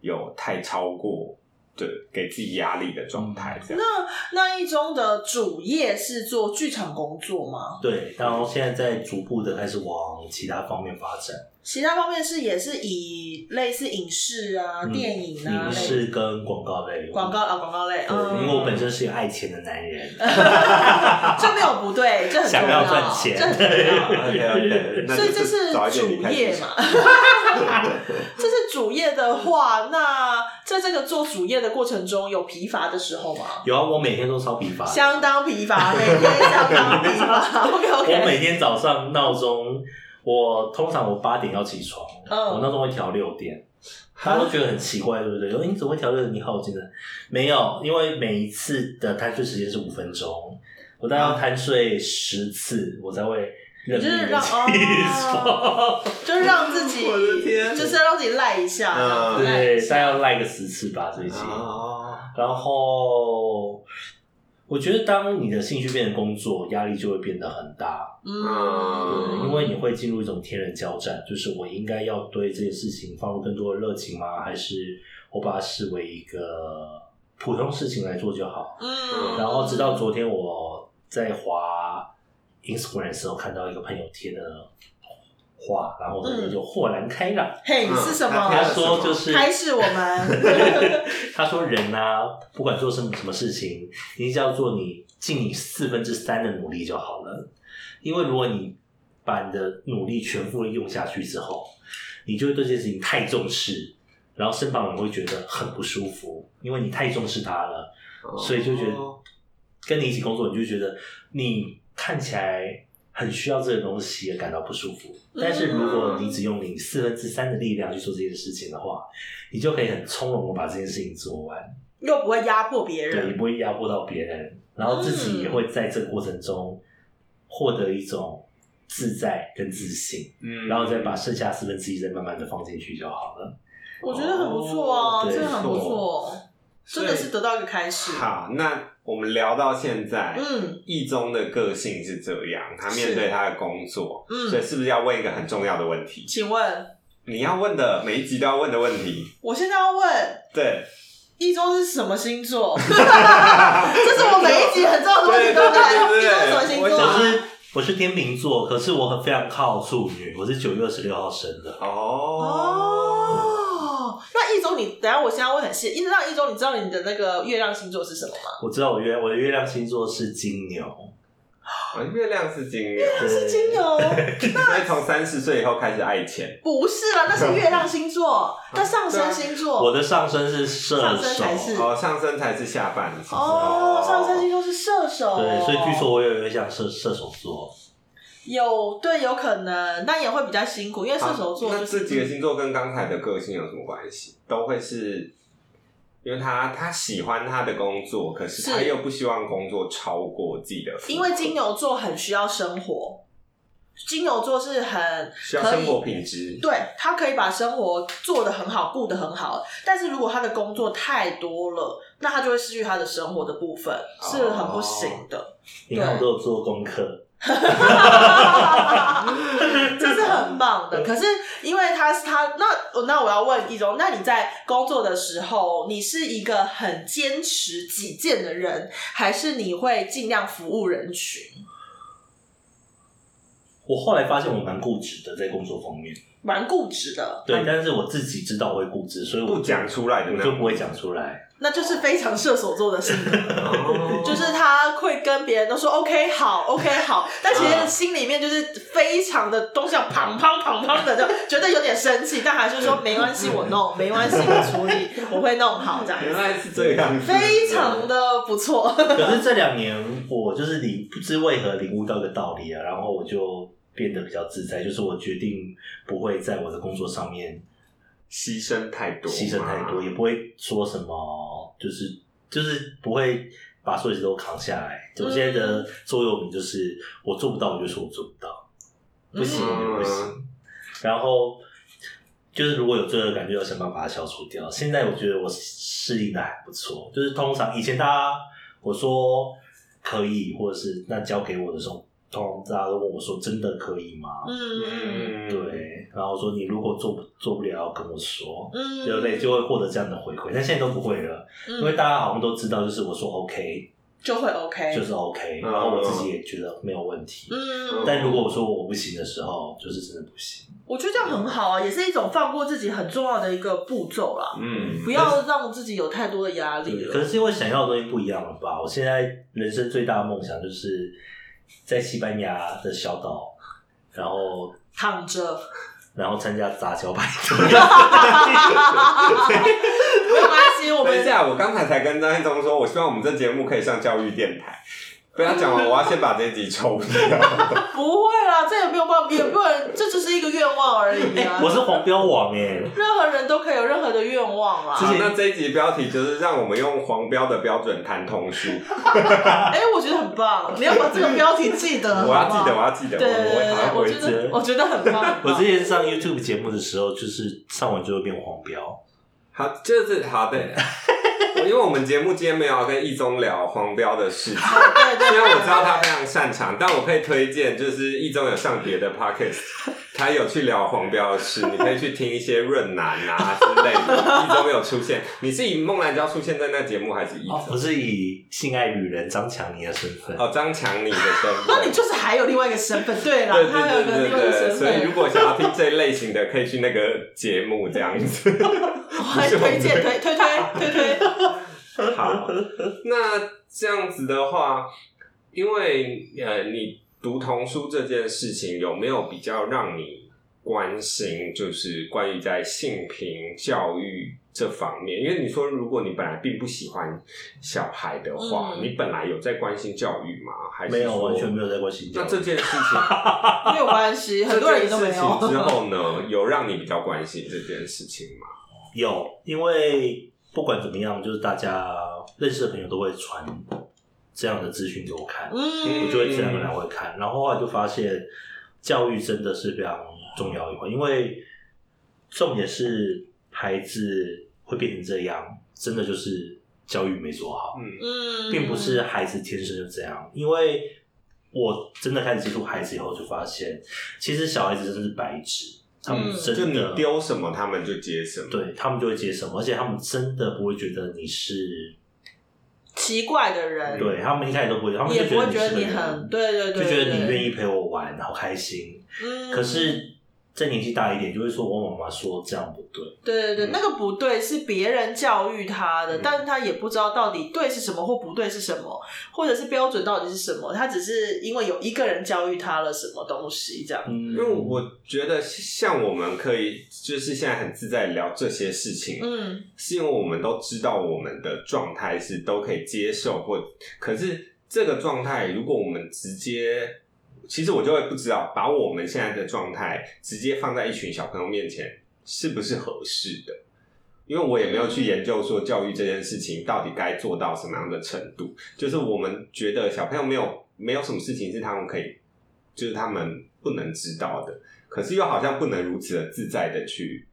有太超过。对，给自己压力的状态，这样。
那一中的主业是做剧场工作吗？
对。然后现在在逐步的开始往其他方面发展，
其他方面是也是以类似影视啊、
嗯
电影啊
影
类
视跟广告类。
广告啊、广告类，
对，因为
嗯，
我本身是一个爱钱的男人，
这没有不对，这很重
想要赚钱
这很重
OK OK，
要。所以这是主业嘛？ 这是主业的话，那在这个做主业的过程中，有疲乏的时候吗？
有啊，我每天都超疲乏的，
相当疲 乏，每天相当疲乏。OK
我
OK，
每天早上闹钟，我通常我八点要起床，
嗯
我闹钟会调六点。大家都觉得很奇怪，对不
啊
对？说诶你怎么会调六点？你好，我真的没有，因为每一次的贪睡时间是五分钟，我大概要贪睡十次，我才会认
啊就是
命的
让
起
哦
床。
就是让自己，
我的天
就是要让自己赖一下，这样
嗯
子赖
对
一，下
大概要赖个十次吧，最近。
啊
哦，
然后，我觉得当你的兴趣变成工作，压力就会变得很大。对，
嗯，
因为你会进入一种天人交战，就是我应该要对这件事情放入更多的热情吗？还是我把它视为一个普通事情来做就好？
嗯，
然后直到昨天我在滑 Instagram 的时候，看到一个朋友贴的话，然后我就豁然开朗。
嘿
嗯
是什么？
他
他说就是
哦开始我 们
他说人啊，不管做什么什么事情，你只要做你尽你四分之三的努力就好了。因为如果你把你的努力全部用下去之后，你就会对这件事情太重视，然后身旁人会觉得很不舒服，因为你太重视它了，
哦嗯
所以就觉得跟你一起工作，你就觉得你看起来很需要这个东西，也感到不舒服。但是如果你只用你四分之三的力量去做这件事情的话，你就可以很从容的把这件事情做完。
又不会压迫别
对，也
人，
不会压迫到别人，然后自己也会在这个过程中获得一种自在跟自信，
嗯
然后再把剩下四分之一再慢慢的放进去就好了。
我觉得很不错啊，
哦对
真的很不错，真的是得到一个开始。
好。那我们聊到现在，
嗯
易宗的个性是这样，他
是
面对他的工作，所以
嗯，
是不是要问一个很重要的问题？
请问
你要问的每一集都要问的问题，
我现在要问
对，
一中是什么星 座？这是我每一集很重要的问题，
对
不对？
对
一中
对对对
是什么星
我
座
我
想
啊？
是我是天秤座，可是我很非常靠处女，我是九月二十六号生的。
哦，
哦，那一中你等一下，我现在会很细，一直到一中，你知道你的那个月亮星座是什么吗？
我知道我月我的月亮星座是金牛，
哦月亮是金牛，
它哦是金牛，
所以从三十岁以后开始爱 钱，
不是啦，那是月亮星座，那上升星座。
我的上升是射
上升
手，
才是
哦，上升才是下半身，
哦，上升星座是射手，
对，所以据说我有点像射射手座。
有对有可能，但也会比较辛苦，因为射手座就
好啊那
是
这几个星座跟刚才的个性有什么关系？都会是，因为他他喜欢他的工作，可是他
是
又不希望工作超过自己的负荷，
因为金牛座很需要生活，金牛座是很
需要
可以
生活品质。
对他可以把生活做得很好，顾得很好，但是如果他的工作太多了，那他就会失去他的生活的部分，是很不行的。
你看我都有做功课，
这是很棒的。可是因为他是他那哦那我要问一中，那你在工作的时候，你是一个很坚持己见的人，还是你会尽量服务人群？
我后来发现我蛮固执的，在工作方面。
蛮固执的，嗯
对，但是我自己知道我会固执，所以我
不讲出来的
我
那
就不
种，
会讲出来。
那就是非常射手座的性格，
哦
就是他会跟别人都说 OK 好，OK 好，但其实心里面就是非常的东西要砰砰砰砰的，就觉得有点生气，但还是说没关系，我 弄，没关系，我处理，我会弄好这样
原
子，
来是这样子，
非常的不错。
可是这两年我就是领不知为何领悟到一个道理啊，然后我就变得比较自在，就是我决定不会在我的工作上面
牺牲太多，
牺牲太多，也不会说什么，就是就是不会把所有事都扛下来。
嗯
我现在的座右铭就是，我做不到我就说我做不到，不行
嗯
我就不行。然后就是如果有罪恶感，就要想办法把它消除掉。现在我觉得我适应的还不错，就是通常以前大家我说可以，或者是那交给我的时候，通常大家都问我说真的可以吗？
嗯
嗯，
对，然后说你如果做不做不了，跟我说。
嗯，
对不对？就会获得这样的回馈，但现在都不会了，因为
嗯，
大家好像都知道，就是我说 OK
就会 OK，
就是 OK，
嗯
然后我自己也觉得没有问题。
哎嗯，
但如果我说我不行的时候，就是真的不行。
我觉得这样很好啊，也是一种放过自己很重要的一个步骤啦，
嗯，
不要让自己有太多的压力
对，嗯可
了。
是因为想要的东西不一样了吧？我现在人生最大的梦想就是在西班牙的小岛，然后
躺着，
然后参加杂交派对。
没有关系，我
等一
们
下，我刚才才跟张一中说，我希望我们这节目可以上教育电台。不要讲完，我要先把这一集抽掉。
不会啦，这也没有办法，也不能，这只是一个愿望而 已
哎
啊。
我是黄标王哎、
任何人都可以有任何的愿望啊啦
好。那这一集标题就是让我们用黄标的标准谈童书。
哎，我觉得很棒，你要把这个标题记得，
我
好
要记
不
得，
好
我要记得，
对
我
对对
我还
对，我
会
觉
记。
得我觉得很棒。很
我
棒
之前上 YouTube 节目的时候，就是上完就会变黄标。
好，就是好的。 因为我们节目今天没有要跟易宗聊黄标的事情，
哦对对，
虽
对
然我知道他非常擅长，但我可以推荐，就是易中有上别的 podcast，他有去聊黄标的事，你可以去听一些润南啊之类的。易中有出现，你是以孟兰娇出现在那节目，还是易
哦，
中？
我是以性爱女人张强尼的身份。
哦，张强你的身
那
份
哦你。就是还有另外一个身份，对啦，
对
他还有
对
一个
对
另外一个
对对，
身
所以如
份，
果想要听这类型的，可以去那个节目这样子。
我还推荐推推推推 推，
好，那这样子的话，因为呃，你读童书这件事情有没有比较让你关心，就是关于在性平教育这方面？因为你说，如果你本来并不喜欢小孩的话，
嗯
你本来有在关心教育吗？还是
没有，
说
完全没有在关心教
那
育。
这件事情，
没有关系， 很多人也都没
这件事情之
有。
后呢， 有让你比较关心这件事情吗？
有，因为不管怎么样，就是大家认识的朋友都会传这样的资讯给我看，
嗯
我就会自然而然会看。然后后来就发现，教育真的是非常重要一环，因为重点是孩子会变成这样，真的就是教育没做好。
嗯
嗯，
并不是孩子天生就这样，因为我真的开始接触孩子以后，就发现其实小孩子真的是白纸，他们
嗯
真
就
的、
你丢什么，他们就接什么。
对他们就会接什么，而且他们真的不会觉得你是，
奇怪的人，
对他们一开始都不会，他们
也
就
不会觉
得
得
你
你
是个
很
人，
对对对，
就觉得你愿
意。
意陪我玩，好开心。
嗯，
可是再年纪大一点，就会说我妈妈说这样不对，
对对对，
嗯
那个不对是别人教育他的，
嗯
但是他也不知道到底对是什么或不对是什么，或者是标准到底是什么，他只是因为有一个人教育他了什么东西这样。
嗯，
因为我觉得像我们可以就是现在很自在地聊这些事情，
嗯
是因为我们都知道我们的状态是都可以接受或，可是这个状态如果我们直接，其实我就会不知道把我们现在的状态直接放在一群小朋友面前是不是合适的。因为我也没有去研究说教育这件事情到底该做到什么样的程度，就是我们觉得小朋友没有没有什么事情是他们可以，就是他们不能知道的，可是又好像不能如此的自在的去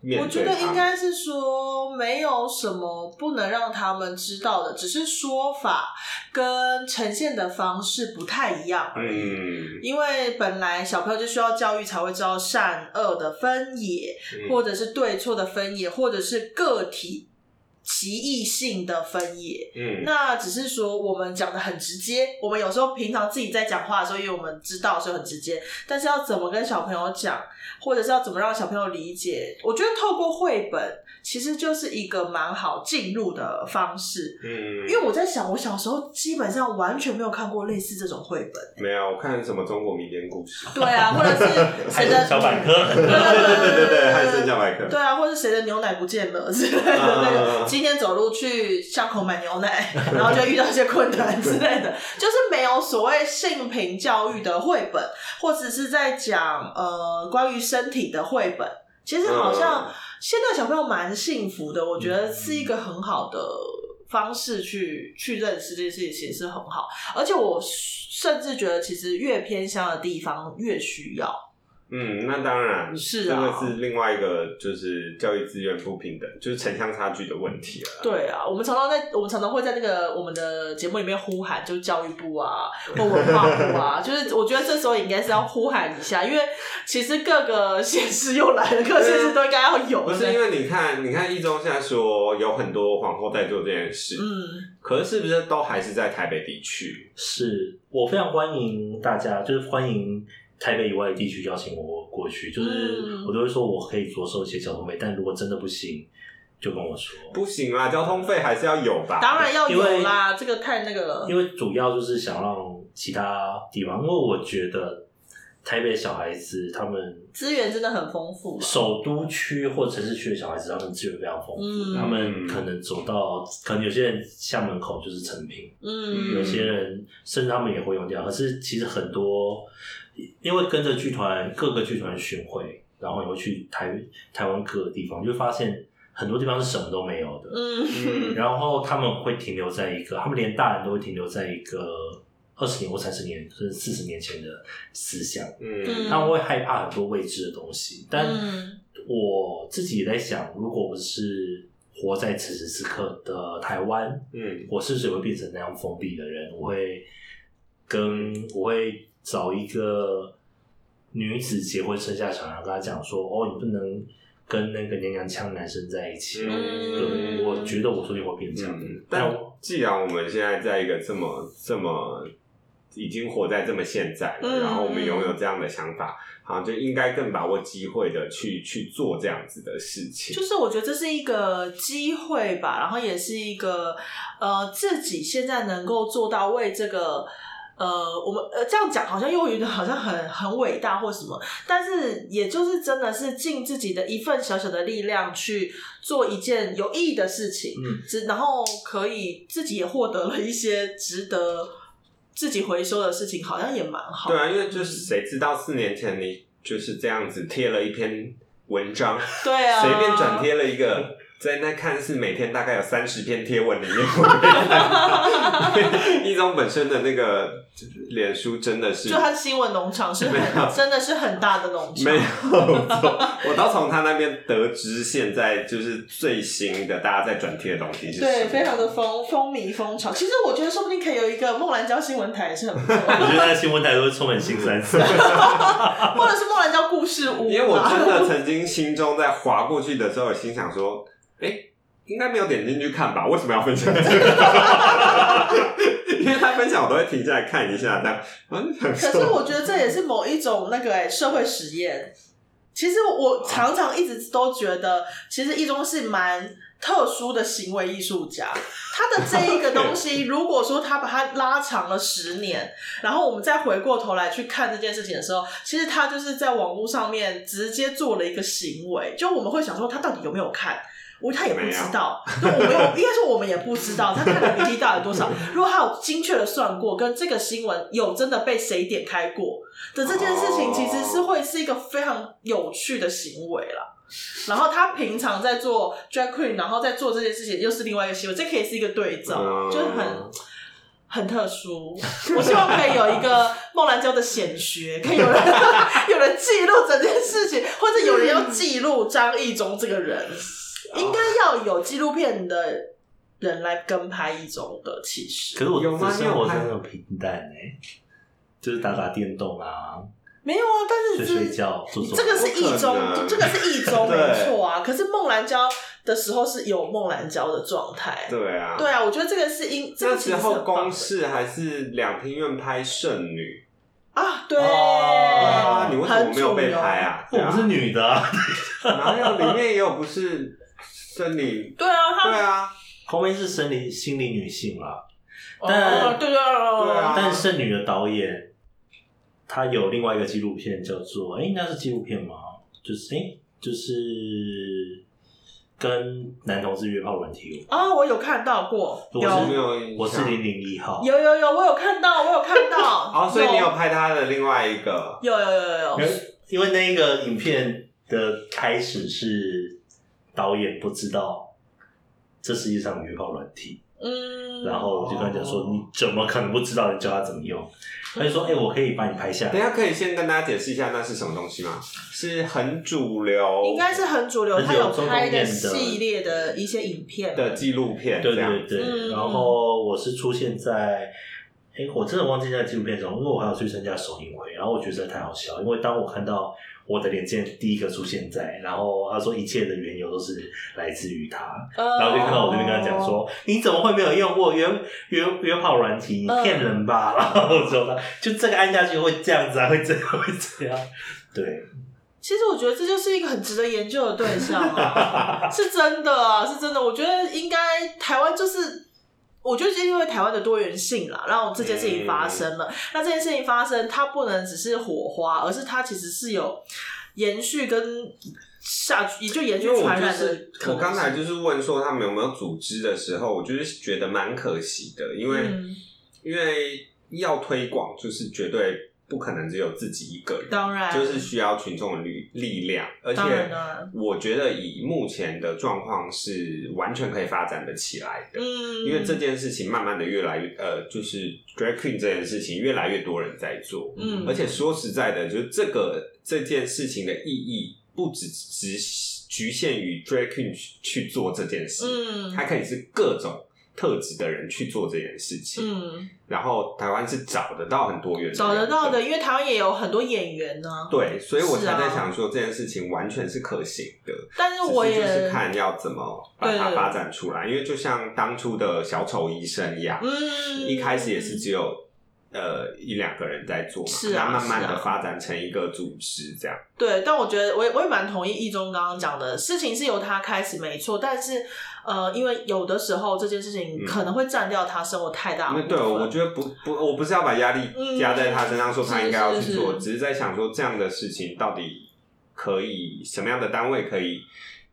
面
我觉
对
得
他们
应该是说没有什么不能让他们知道的，只是说法跟呈现的方式不太一样而已。
嗯，
因为本来小朋友就需要教育才会知道善恶的分野，
嗯
或者是对错的分野，或者是个体歧义性的分野。
嗯，
那只是说我们讲的很直接，我们有时候平常自己在讲话的时候，因为我们知道的时候很直接，但是要怎么跟小朋友讲，或者是要怎么让小朋友理解，我觉得透过绘本其实就是一个蛮好进入的方式。
嗯，
因为我在想，我小时候基本上完全没有看过类似这种绘本。
没有我看什么中国民间故事，
对啊，或者是
还
谁
有
的
小百科，
对
对对对对，还剩下百科，
对啊，或是谁的牛奶不见了 之类的那
啊
个，今天走路去巷口买牛奶，然后就遇到一些困难之类的，就是没有所谓性平教育的绘本，或者是在讲呃关于身体的绘本。其实好像现在小朋友蛮幸福的，我觉得是一个很好的方式去去认识这件事情，其实是很好。而且我甚至觉得，其实越偏乡的地方越需要。
嗯，那当然
是
这个
啊
是另外一个就是教育资源不平等，就是城乡差距的问题了。
对啊，我们常常在我们常常会在那个我们的节目里面呼喊，就是教育部啊或文化部啊，就是我觉得这时候应该是要呼喊一下，因为其实各个县市又来了，各个县市都应该要有。
不是因为你看，你看一中现在说有很多皇后在做这件事，
嗯，
可是是不是都还是在台北地区？
是我非常欢迎大家，就是欢迎台北以外的地区邀请我过去，就是
嗯
我都会说我可以着手一些交通费，但如果真的不行，就跟我说。
不行啦，交通费还是要有吧。
当然要
因为
有啦，这个太那个了。
因为主要就是想让其他地方，因为我觉得台北小孩子他们
资源真的很丰富啊啦
首都区或城市区的小孩子，他们资源非常丰富，
嗯
他们可能走到，可能有些人家门口就是成品，
嗯，
有些人甚至他们也会用掉。可是其实很多，因为跟着剧团各个剧团巡回，然后也会去台台湾各个地方，就发现很多地方是什么都没有的。
嗯，
然后他们会停留在一个，他们连大人都会停留在一个二十年或三十年甚至四十年前的思想，
嗯
他们会害怕很多未知的东西。但
嗯
我自己也在想，如果我是活在此时此刻的台湾，
嗯
我是不是也会变成那样封闭的人？我会跟我会找一个女子结婚生下小孩，跟她讲说：“哦，你不能跟那个娘娘腔男生在一起。
嗯
对，我觉得我说定会变这样的。
嗯，
但
但既然我们现在在一个这么这么已经活在这么现在了，
嗯
然后我们拥有这样的想法，好就应该更把握机会的去去做这样子的事情。
就是我觉得这是一个机会吧，然后也是一个呃自己现在能够做到为这个呃我们呃这样讲好像又有点好像很很伟大或什么，但是也就是真的是尽自己的一份小小的力量去做一件有意义的事情，
嗯，
只然后可以自己也获得了一些值得自己回收的事情，好像也蛮好。
对啊，因为就是谁知道四年前你就是这样子贴了一篇文章，
对啊，
随便转贴了一个。在那看似每天大概有三十篇贴文里面，我没看 一中本身的那个脸书真的是
就它新闻农场是
没有
很真的是很大的农场，
没有错，我都从他那边得知现在就是最新的大家在转贴的东西是什么
对，非常的风风靡风潮。其实我觉得，说不定可以有一个梦兰娇新闻台也是很不 错，
我觉得那新闻台都会充满新三色。
或者是梦兰娇故事屋啊。
因为我真的曾经心中在划过去的时候，有心想说，哎、应该没有点进去看吧？为什么要分享这个？因为他分享我都会停下来看一下，这样。嗯我就想
可
说
是我觉得这也是某一种那个哎、社会实验。其实我常常一直都觉得，其实一中是蛮特殊的行为艺术家。他的这一个东 西，如果说他把它拉长了十年，然后我们再回过头来去看这件事情的时候，其实他就是在网络上面直接做了一个行为，就我们会想说他到底有没有看。我他也不知道，对，我没有，应该说我们也不知道他看的比例到底多少。如果他有精确的算过，跟这个新闻有真的被谁点开过的这件事情，其实是会是一个非常有趣的行为啦。然后他平常在做 drag queen，然后在做这件事情，又是另外一个行为，这可以是一个对照，
嗯
就是很很特殊。 我希望可以有一个孟兰娇的显学，可以有人 有人记录整件事情，或者有人要记录张艺中这个 人，应该要有纪录片的人来跟拍一中的，其实
可是我
有吗
的生活
你有
真
拍
的很平淡哎、就是打打电动啊，
没有啊，但
睡
是
睡
这
觉，做做
这个是一
不
啊
可
中，
能
这个是一 中
对
没错啊。可是梦兰娇的时候是有梦兰娇的状态，
对啊，
对啊，我觉得这个是因这
那
个其
时
实是
候
很棒的
公视还是两厅院拍《剩女
啊，对，》
啊，哦你为什么没有被拍啊？对
我
啊
不是女的啊，
哪有里面也有不是森林？
对啊，
对
他
啊，
后面是生理心理女性啦，
哦
但
对对对
对啊
但剩女的导演，他有另外一个纪录片叫做，哎、那是纪录片吗？就是哎、就是跟男同志约炮软体有关
啊，我有看到过，
我
有
是
我没有印象，
我是零零一号，
有有有，我有看到，我有看 到。
哦，所以你有拍他的另外一个
有有有有有，
因为那个影片的开始是导演不知道这世界上有约炮软体，
嗯，
然后我就跟他讲
哦
说，你怎么可能不知道？你教他怎么用？他就说，哎、我可以帮你拍下
等一
来。
下可以先跟大家解释一下那是什么东西吗？是很主流，
应该是很主流，
很主
他
流
有拍
周冬艳的
系列的一些影片
的纪录片
对
这样
对对，
嗯
然后我是出现在。哎、我真的忘记那纪录片什么，因为我还要去参加首映会，然后我觉得实在太好笑，因为当我看到我的脸竟然第一个出现在，然后他说一切的缘由都是来自于他，
呃
然后就看到我这边跟他讲说：“你怎么会没有用过约约约炮软体？你骗人吧！”然后之后他就这个按下去会这样子啊，会这样会这样。对，
其实我觉得这就是一个很值得研究的对象啊，是真的啊，是真的。我觉得应该台湾就是，我觉得是因为台湾的多元性啦，然后这件事情发生了。那这件事情发生，它不能只是火花，而是它其实是有延续跟下去，也就延续
因为我
传
就
染的
是
可能性。
我刚才就是问说他们有没有组织的时候，我就是觉得蛮可惜的，因为、
嗯
因为要推广，就是绝对不可能只有自己一个人，
当然
就是需要群众的力力量，而
当然
且
当然
我觉得以目前的状况是完全可以发展的起来的。
嗯，
因为这件事情慢慢的越来越呃，就是 drag queen 这件事情越来越多人在做，
嗯
而且说实在的，就是这个这件事情的意义不只只局限于 drag queen 去去做这件事，
嗯
它可以是各种特质的人去做这件事情。
嗯
然后台湾是找得到很多元，
找得到的，。因为台湾也有很多演员呢、
对，所以我
是啊
才在想说这件事情完全是可行的，
但是我
只
也
是就是看要怎么把它
对
发展出来，因为就像当初的小丑医生一样，
嗯，
一开始也是只有呃一两个人在做嘛，
是啊
那慢慢
是
的
啊
发展成一个组织这样。
对，但我觉得我也我也蛮同意一中刚刚讲的事情是由他开始没错，但是呃，因为有的时候这件事情
嗯
可能会占掉他生活太大的
那
部
对，
分
我觉得不不，我不是要把压力加在他身上，说他
是
应该要
是
去做，
是
只是在想说这样的事情到底可以什么样的单位可以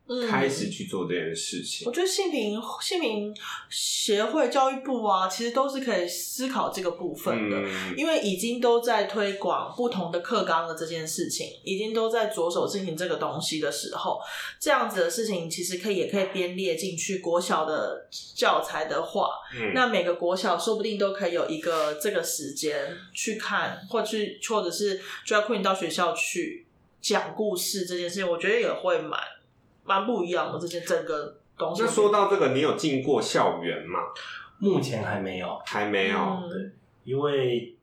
嗯
开始去做这件事情
我。觉得性平性平协会、教育部啊，其实都是可以思考这个部分的。
嗯，
因为已经都在推广不同的课纲的这件事情，已经都在着手进行这个东西的时候，这样子的事情其实可以也可以编列进去国小的教材的话，
嗯
那每个国小说不定都可以有一个这个时间去看，或去或者是 drag queen 到学校去讲故事这件事情，我觉得也会蛮蛮不一样的这件整个东西。
那说到这个，你有进过校园吗？
目前还没有，
还没有。
嗯
因为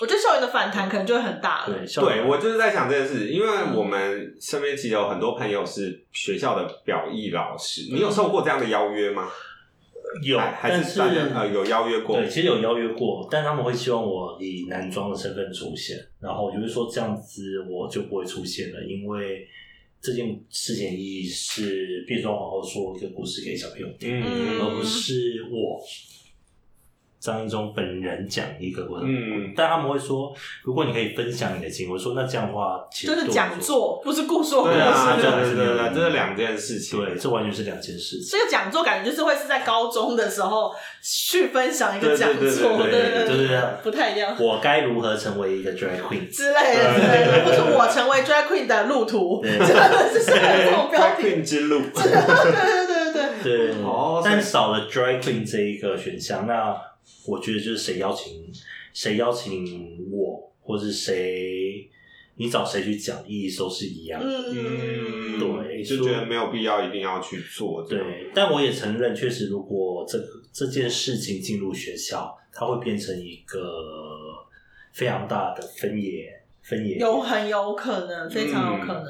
我觉得校园的反弹可能就会很大了。
对，像
对，我就是在想这件事，因为我们身边其实有很多朋友是学校的表意老师，你有受过这样的邀约吗？
嗯有，
还还
但
是大家呃有邀约过
对，其实有邀约过，但他们会希望我以男装的身份出现，然后我就会说这样子我就不会出现了，因为这件事情意义是变装皇后说一个故事给小朋友听。
嗯
而不是我张一中本人讲一个故事。
嗯
但他们会说，如果你可以分享你的经历，我说那这样的话，其实
就是
对我
讲
来说，
座，不是故说故
对啊，
事
对。对对对
嗯
对，这是两件事情。
对，这完全是两件事 情。
这个讲座感觉就是会是在高中的时候去分享一个讲座，
对对对对
对
对对对
不太一样
我该如何成为一个 drag queen？
之类的之类的，或是我成为 drag queen 的路途，真的是这种标
Drag
题。
Queen 之路，
对对对对对，
对，
哦所以
但少了 drag queen 这一个选项，那我觉得就是谁邀请谁邀请我，或是谁你找谁去讲，意义都是一样的。
嗯，
嗯，
对
就觉得没有必要一定要去做这样。
对，但我也承认，确实，如果这这件事情进入学校，它会变成一个非常大的分野分野。
有很有可能，非常有可能。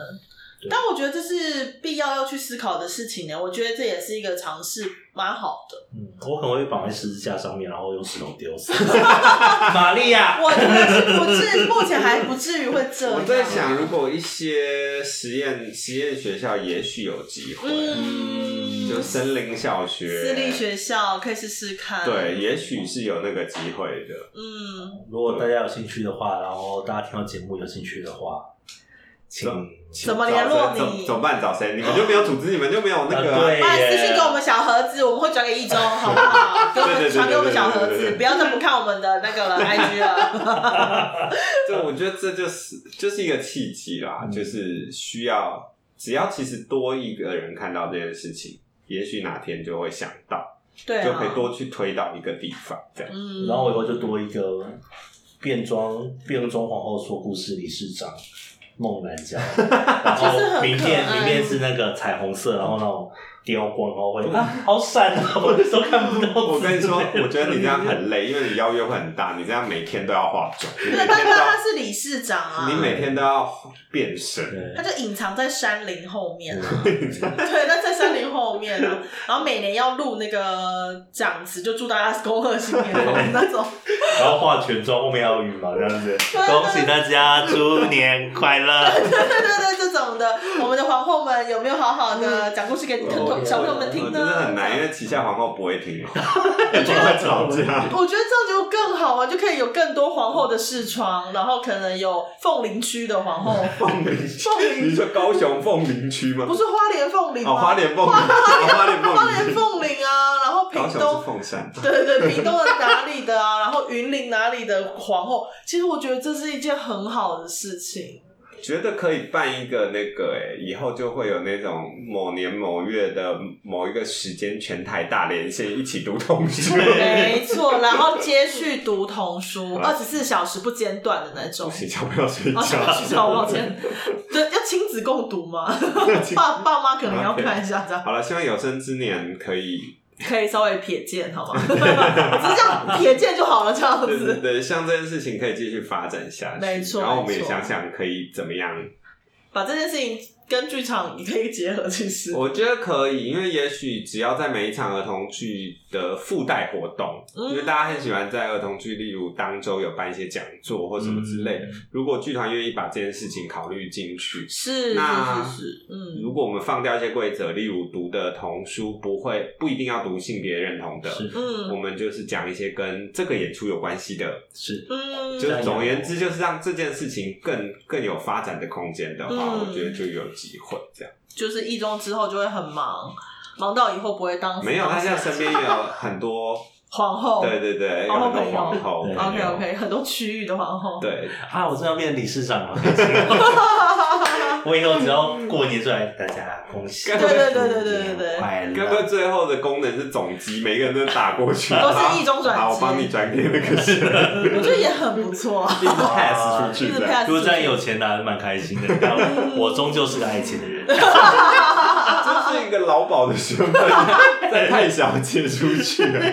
对
但我觉得这是必要要去思考的事情呢。我觉得这也是一个尝试，蛮好的。
嗯，我可能会绑在十字架上面，然后用石头丢死。 玛利亚，
我觉得是不至，目前还不至于会这样。
我在想，如果一些实验实验学校也许有机会，
嗯，
就森林小学、
私立学校可以试试看。，
对，也许是有那个机会的。
嗯，
如果大家有兴趣的话，然后大家听到节目有兴趣的话，请
怎么联络
找怎
你嗯
怎？么办？找谁？你们就没有组织，你们就没有那个啊、
啊对
把私信
耶
给我们小盒子，我们会转给一周，好不好？给我
对对
们
对对
传给我们小盒
对对
子，
对
不要再不看我们的那个了 IG 了。
对，我觉得这就是就是一个契机啦，
嗯
就是需要只要其实多一个人看到这件事情，也许哪天就会想到，
对啊，
就可以多去推到一个地 方这样。
嗯，
然后我以后就多一个变装变装皇后说故事理事长孟兰 娇，然
就是很可
后
爱
明面明面是那个彩虹色，然后那种雕光，然后会啊好闪啊， 我那时候看不到。
我跟 你说，我觉得你这样很累，因为你邀约会很大，你这样每天都要化妆，你每
对，但
天
因
都
为他
要，
是理事长啊
你，每天都要变身。
他
对
就隐藏在山林后面啊。对，那在山林后面啊，然后每年要录那个讲词，就祝大家恭贺新年好那种。
然后化全妆，后面要有羽毛这样子。
对啊
恭喜大家，猪年快乐！
对对对，这种的，我们的皇后们有没有好好的讲故事给
我
小朋友们
我
听
哦真的很
呢？
难，因为旗下皇后不会听，哦 我觉得会吵架。
我觉得这样就更好啊，就可以有更多皇后的视窗，然后可能有凤林区的皇 后，
凤林区，你说高雄凤林区吗
不？是花莲凤林吗？
哦，花莲凤林，哦花莲
花
凤
莲
林，
凤林啊，然后
高
屏
雄
东
是凤山。
对对对，屏东的哪里的啊，然后云林哪里的皇后，其实我觉得这是一件很好的事情。
觉得可以办一个那个哎、以后就会有那种某年某月的某一个时间，全台大连线一起读童 书。
没错，然后接续读童书，二十四小时不间断的那种
恭。喜小朋友睡觉
哦，，小学校抱歉，对，要亲子共读吗？爸爸妈可能要看一下，这样
好了，希望有生之年可以，
可以稍微瞥见，好吗？只 是这样瞥见就好了，这样
对对
子。
对，像这件事情可以继续发展下去。
没错
然后我们也
没错
想想可以怎么样。
把这件事情跟剧场你可以结合，其实
我觉得可以，因为也许只要在每一场儿童剧的附带活动，
嗯
因为大家很喜欢在儿童剧，例如当周有办一些讲座或什么之
嗯
类的。如果剧团愿意把这件事情考虑进去，
是是
那
是是，嗯，
如果我们放掉一些规则，例如读的童书不会不一定要读性别认同的，
是
我
嗯
们就是讲一些跟这个演出有关系的。
是，
嗯，
就是总而言之，就是让这件事情更更有发展的空间的话，
嗯
我觉得就有机会这样。
就是一中之后就会很忙，忙到以后不会当
没有，
当
他现在身边也有很多，
皇后。
对对对，有
皇后
很
朋
多
友
皇后朋
对
友。
OK OK，很多区域的皇后。
对，
啊，我真的要变理事长了，开心哦 我以后只要过年出来，大家恭喜，
对
对对对对对对
新年快
该不会
乐。
最后的功能是总机，每个人都打过去，啊
都是一中转机
好，我帮你转给那个谁，
我觉得也很不错。啊
一直 pass 出
一
去
直
这样
pass
如果再有钱拿，蛮开心的。但我终究是个爱钱的人。
这是一个劳保的身份，再太小借出去了。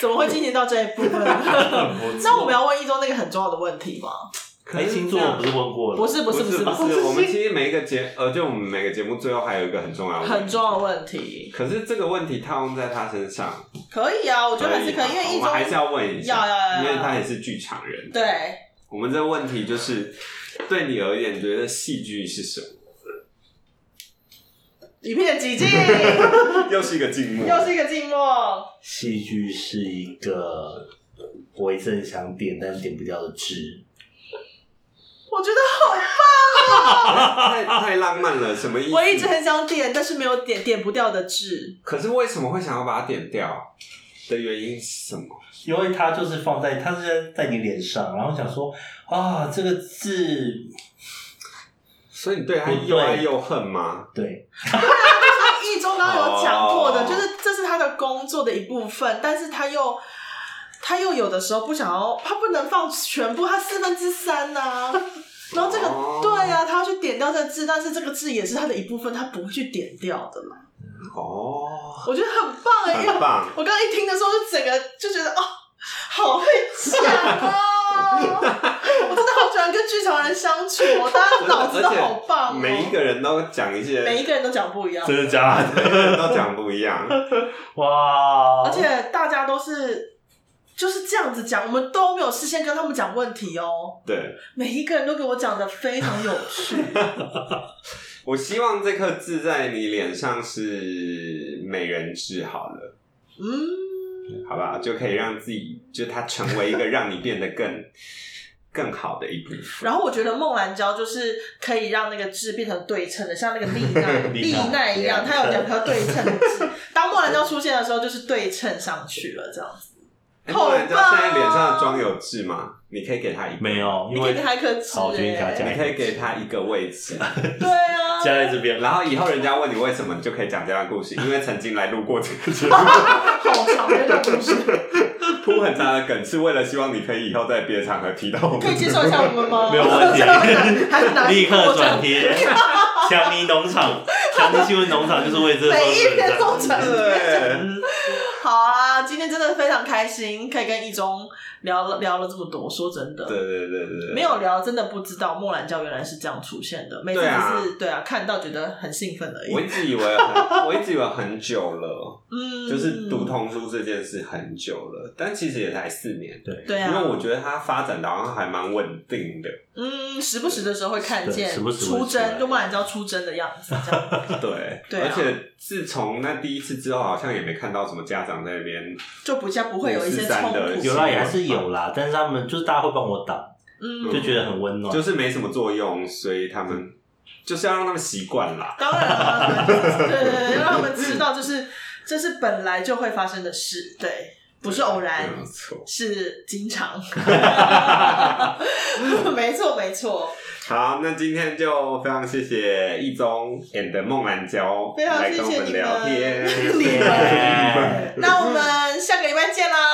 怎么会进行到这一部分？ 那我们要问一中那个很重要的问题吗？
哎，星座我不是问过了？
不是不
不
是
是
不是
不
不
是，我们其实每一个节，呃，就我们每个节目最后还有一个很重要的问题
很重。要的问题。
可是这个问题套用在他身上，
可以啊，我觉得还是可
以啊
以，因为一
我们还是
中
要问一下，
要要要要
因为他也是剧场人。，
对
我们这个问题就是，对你而言，你觉得戏剧是什么？
一片寂静，
又是一个静默，
又是一个静默。
戏剧是一个我一直很想点但点不掉的痣。
我觉得好
太太浪漫了，什么意思？
我一直很想点，但是没有点点不掉的痣。
可是为什么会想要把它点掉？的原因是什么？
因为它就是放在，它是在你脸上，然后想说啊，这个字
所以你对他
不对
又爱又恨吗？
对，
一中刚刚有讲过的，
哦
就是这是他的工作的一部分，但是他又他又有的时候不想要，他不能放全部，他四分之三 呐、然后这个、
哦
对啊，他要去点掉这个痣，但是这个痣也是他的一部分，他不会去点掉的啦。
哦，
我觉得很棒哎、因为
很棒。
我刚刚一听的时候，就整个 就觉得哦，好会讲哦！我真的好喜欢跟剧场相处，大家脑子都好棒、哦，
每一个人都讲一些，
每一个人都讲不一样，
真的假的？
每一个人都讲不一样。
哇！
而且大家都是就是这样子讲，我们都没有事先跟他们讲问题哦。
对，
每一个人都给我讲的非常有 趣，
我希望这颗痣在你脸上是美人痣好了，
嗯，
好不好？就可以让自己，就它成为一个让你变得更 更好的一部分。
然后我觉得梦兰胶就是可以让那个痣变成对称的，像那个丽奈
丽
丽
奈啊
奈一样，它有两颗对称的 痣。当梦兰胶出现的时候，就是对称上去了，这样子。
哎，
好
不然你知道现在
棒
脸上的妆有痣吗？你可以给它一个，
没有，
你
因
可以
为
给他一颗痣、
好我决定给他
你
欸
讲，
可以给它一个 位置。
对啊，
加在这边，
然后以后人家问你为什么，你就可以讲这样的故事，因为曾经来录过这个 节目，
好长的一个 故事。
铺很长的梗，是为了希望你可以以后在别的场合提到我们。
可以接受一下 我们吗？
没有问题
还是拿
立刻 转贴。强尼农场，强尼新闻农场就是为这个
每一篇都转
对，
好啊，今天真的非常开心，可以跟一中聊了聊了这么多。说真的，
对对对对对，
没有聊真的不知道莫兰教原来是这样出现的。每次只
对啊
是对啊，看到觉得很兴奋而已
我。一直以为很，我一直以为很久了，
嗯，
就是读童书这件事很久了，但其实也才四年。
对
对
因为
啊，
我觉得它发展的好像还蛮稳定的，
嗯，时不时的时候会看见
对时不时会
出
出来
征，就莫兰教出征的样子，这样
对，
对啊
而且自从那第一次之后，好像也没看到什么家长在那边，
就比较不会有一些冲
五四三的
突。
有啦，也还是有啦，但是他们就是大家会帮我挡，
嗯，
就觉得很温暖。
就是没什么作用，所以他们就是要让他们习惯啦。
当然了，对对对，让他们知道就是这是本来就会发生的事，对，不是偶然，
没错。
是经常。没错没错，
好，那今天就非常谢谢一中 and 孟兰娇
非常
来
谢
跟我
谢
们
你
聊天，
们，你们，那我们下个礼拜见啦，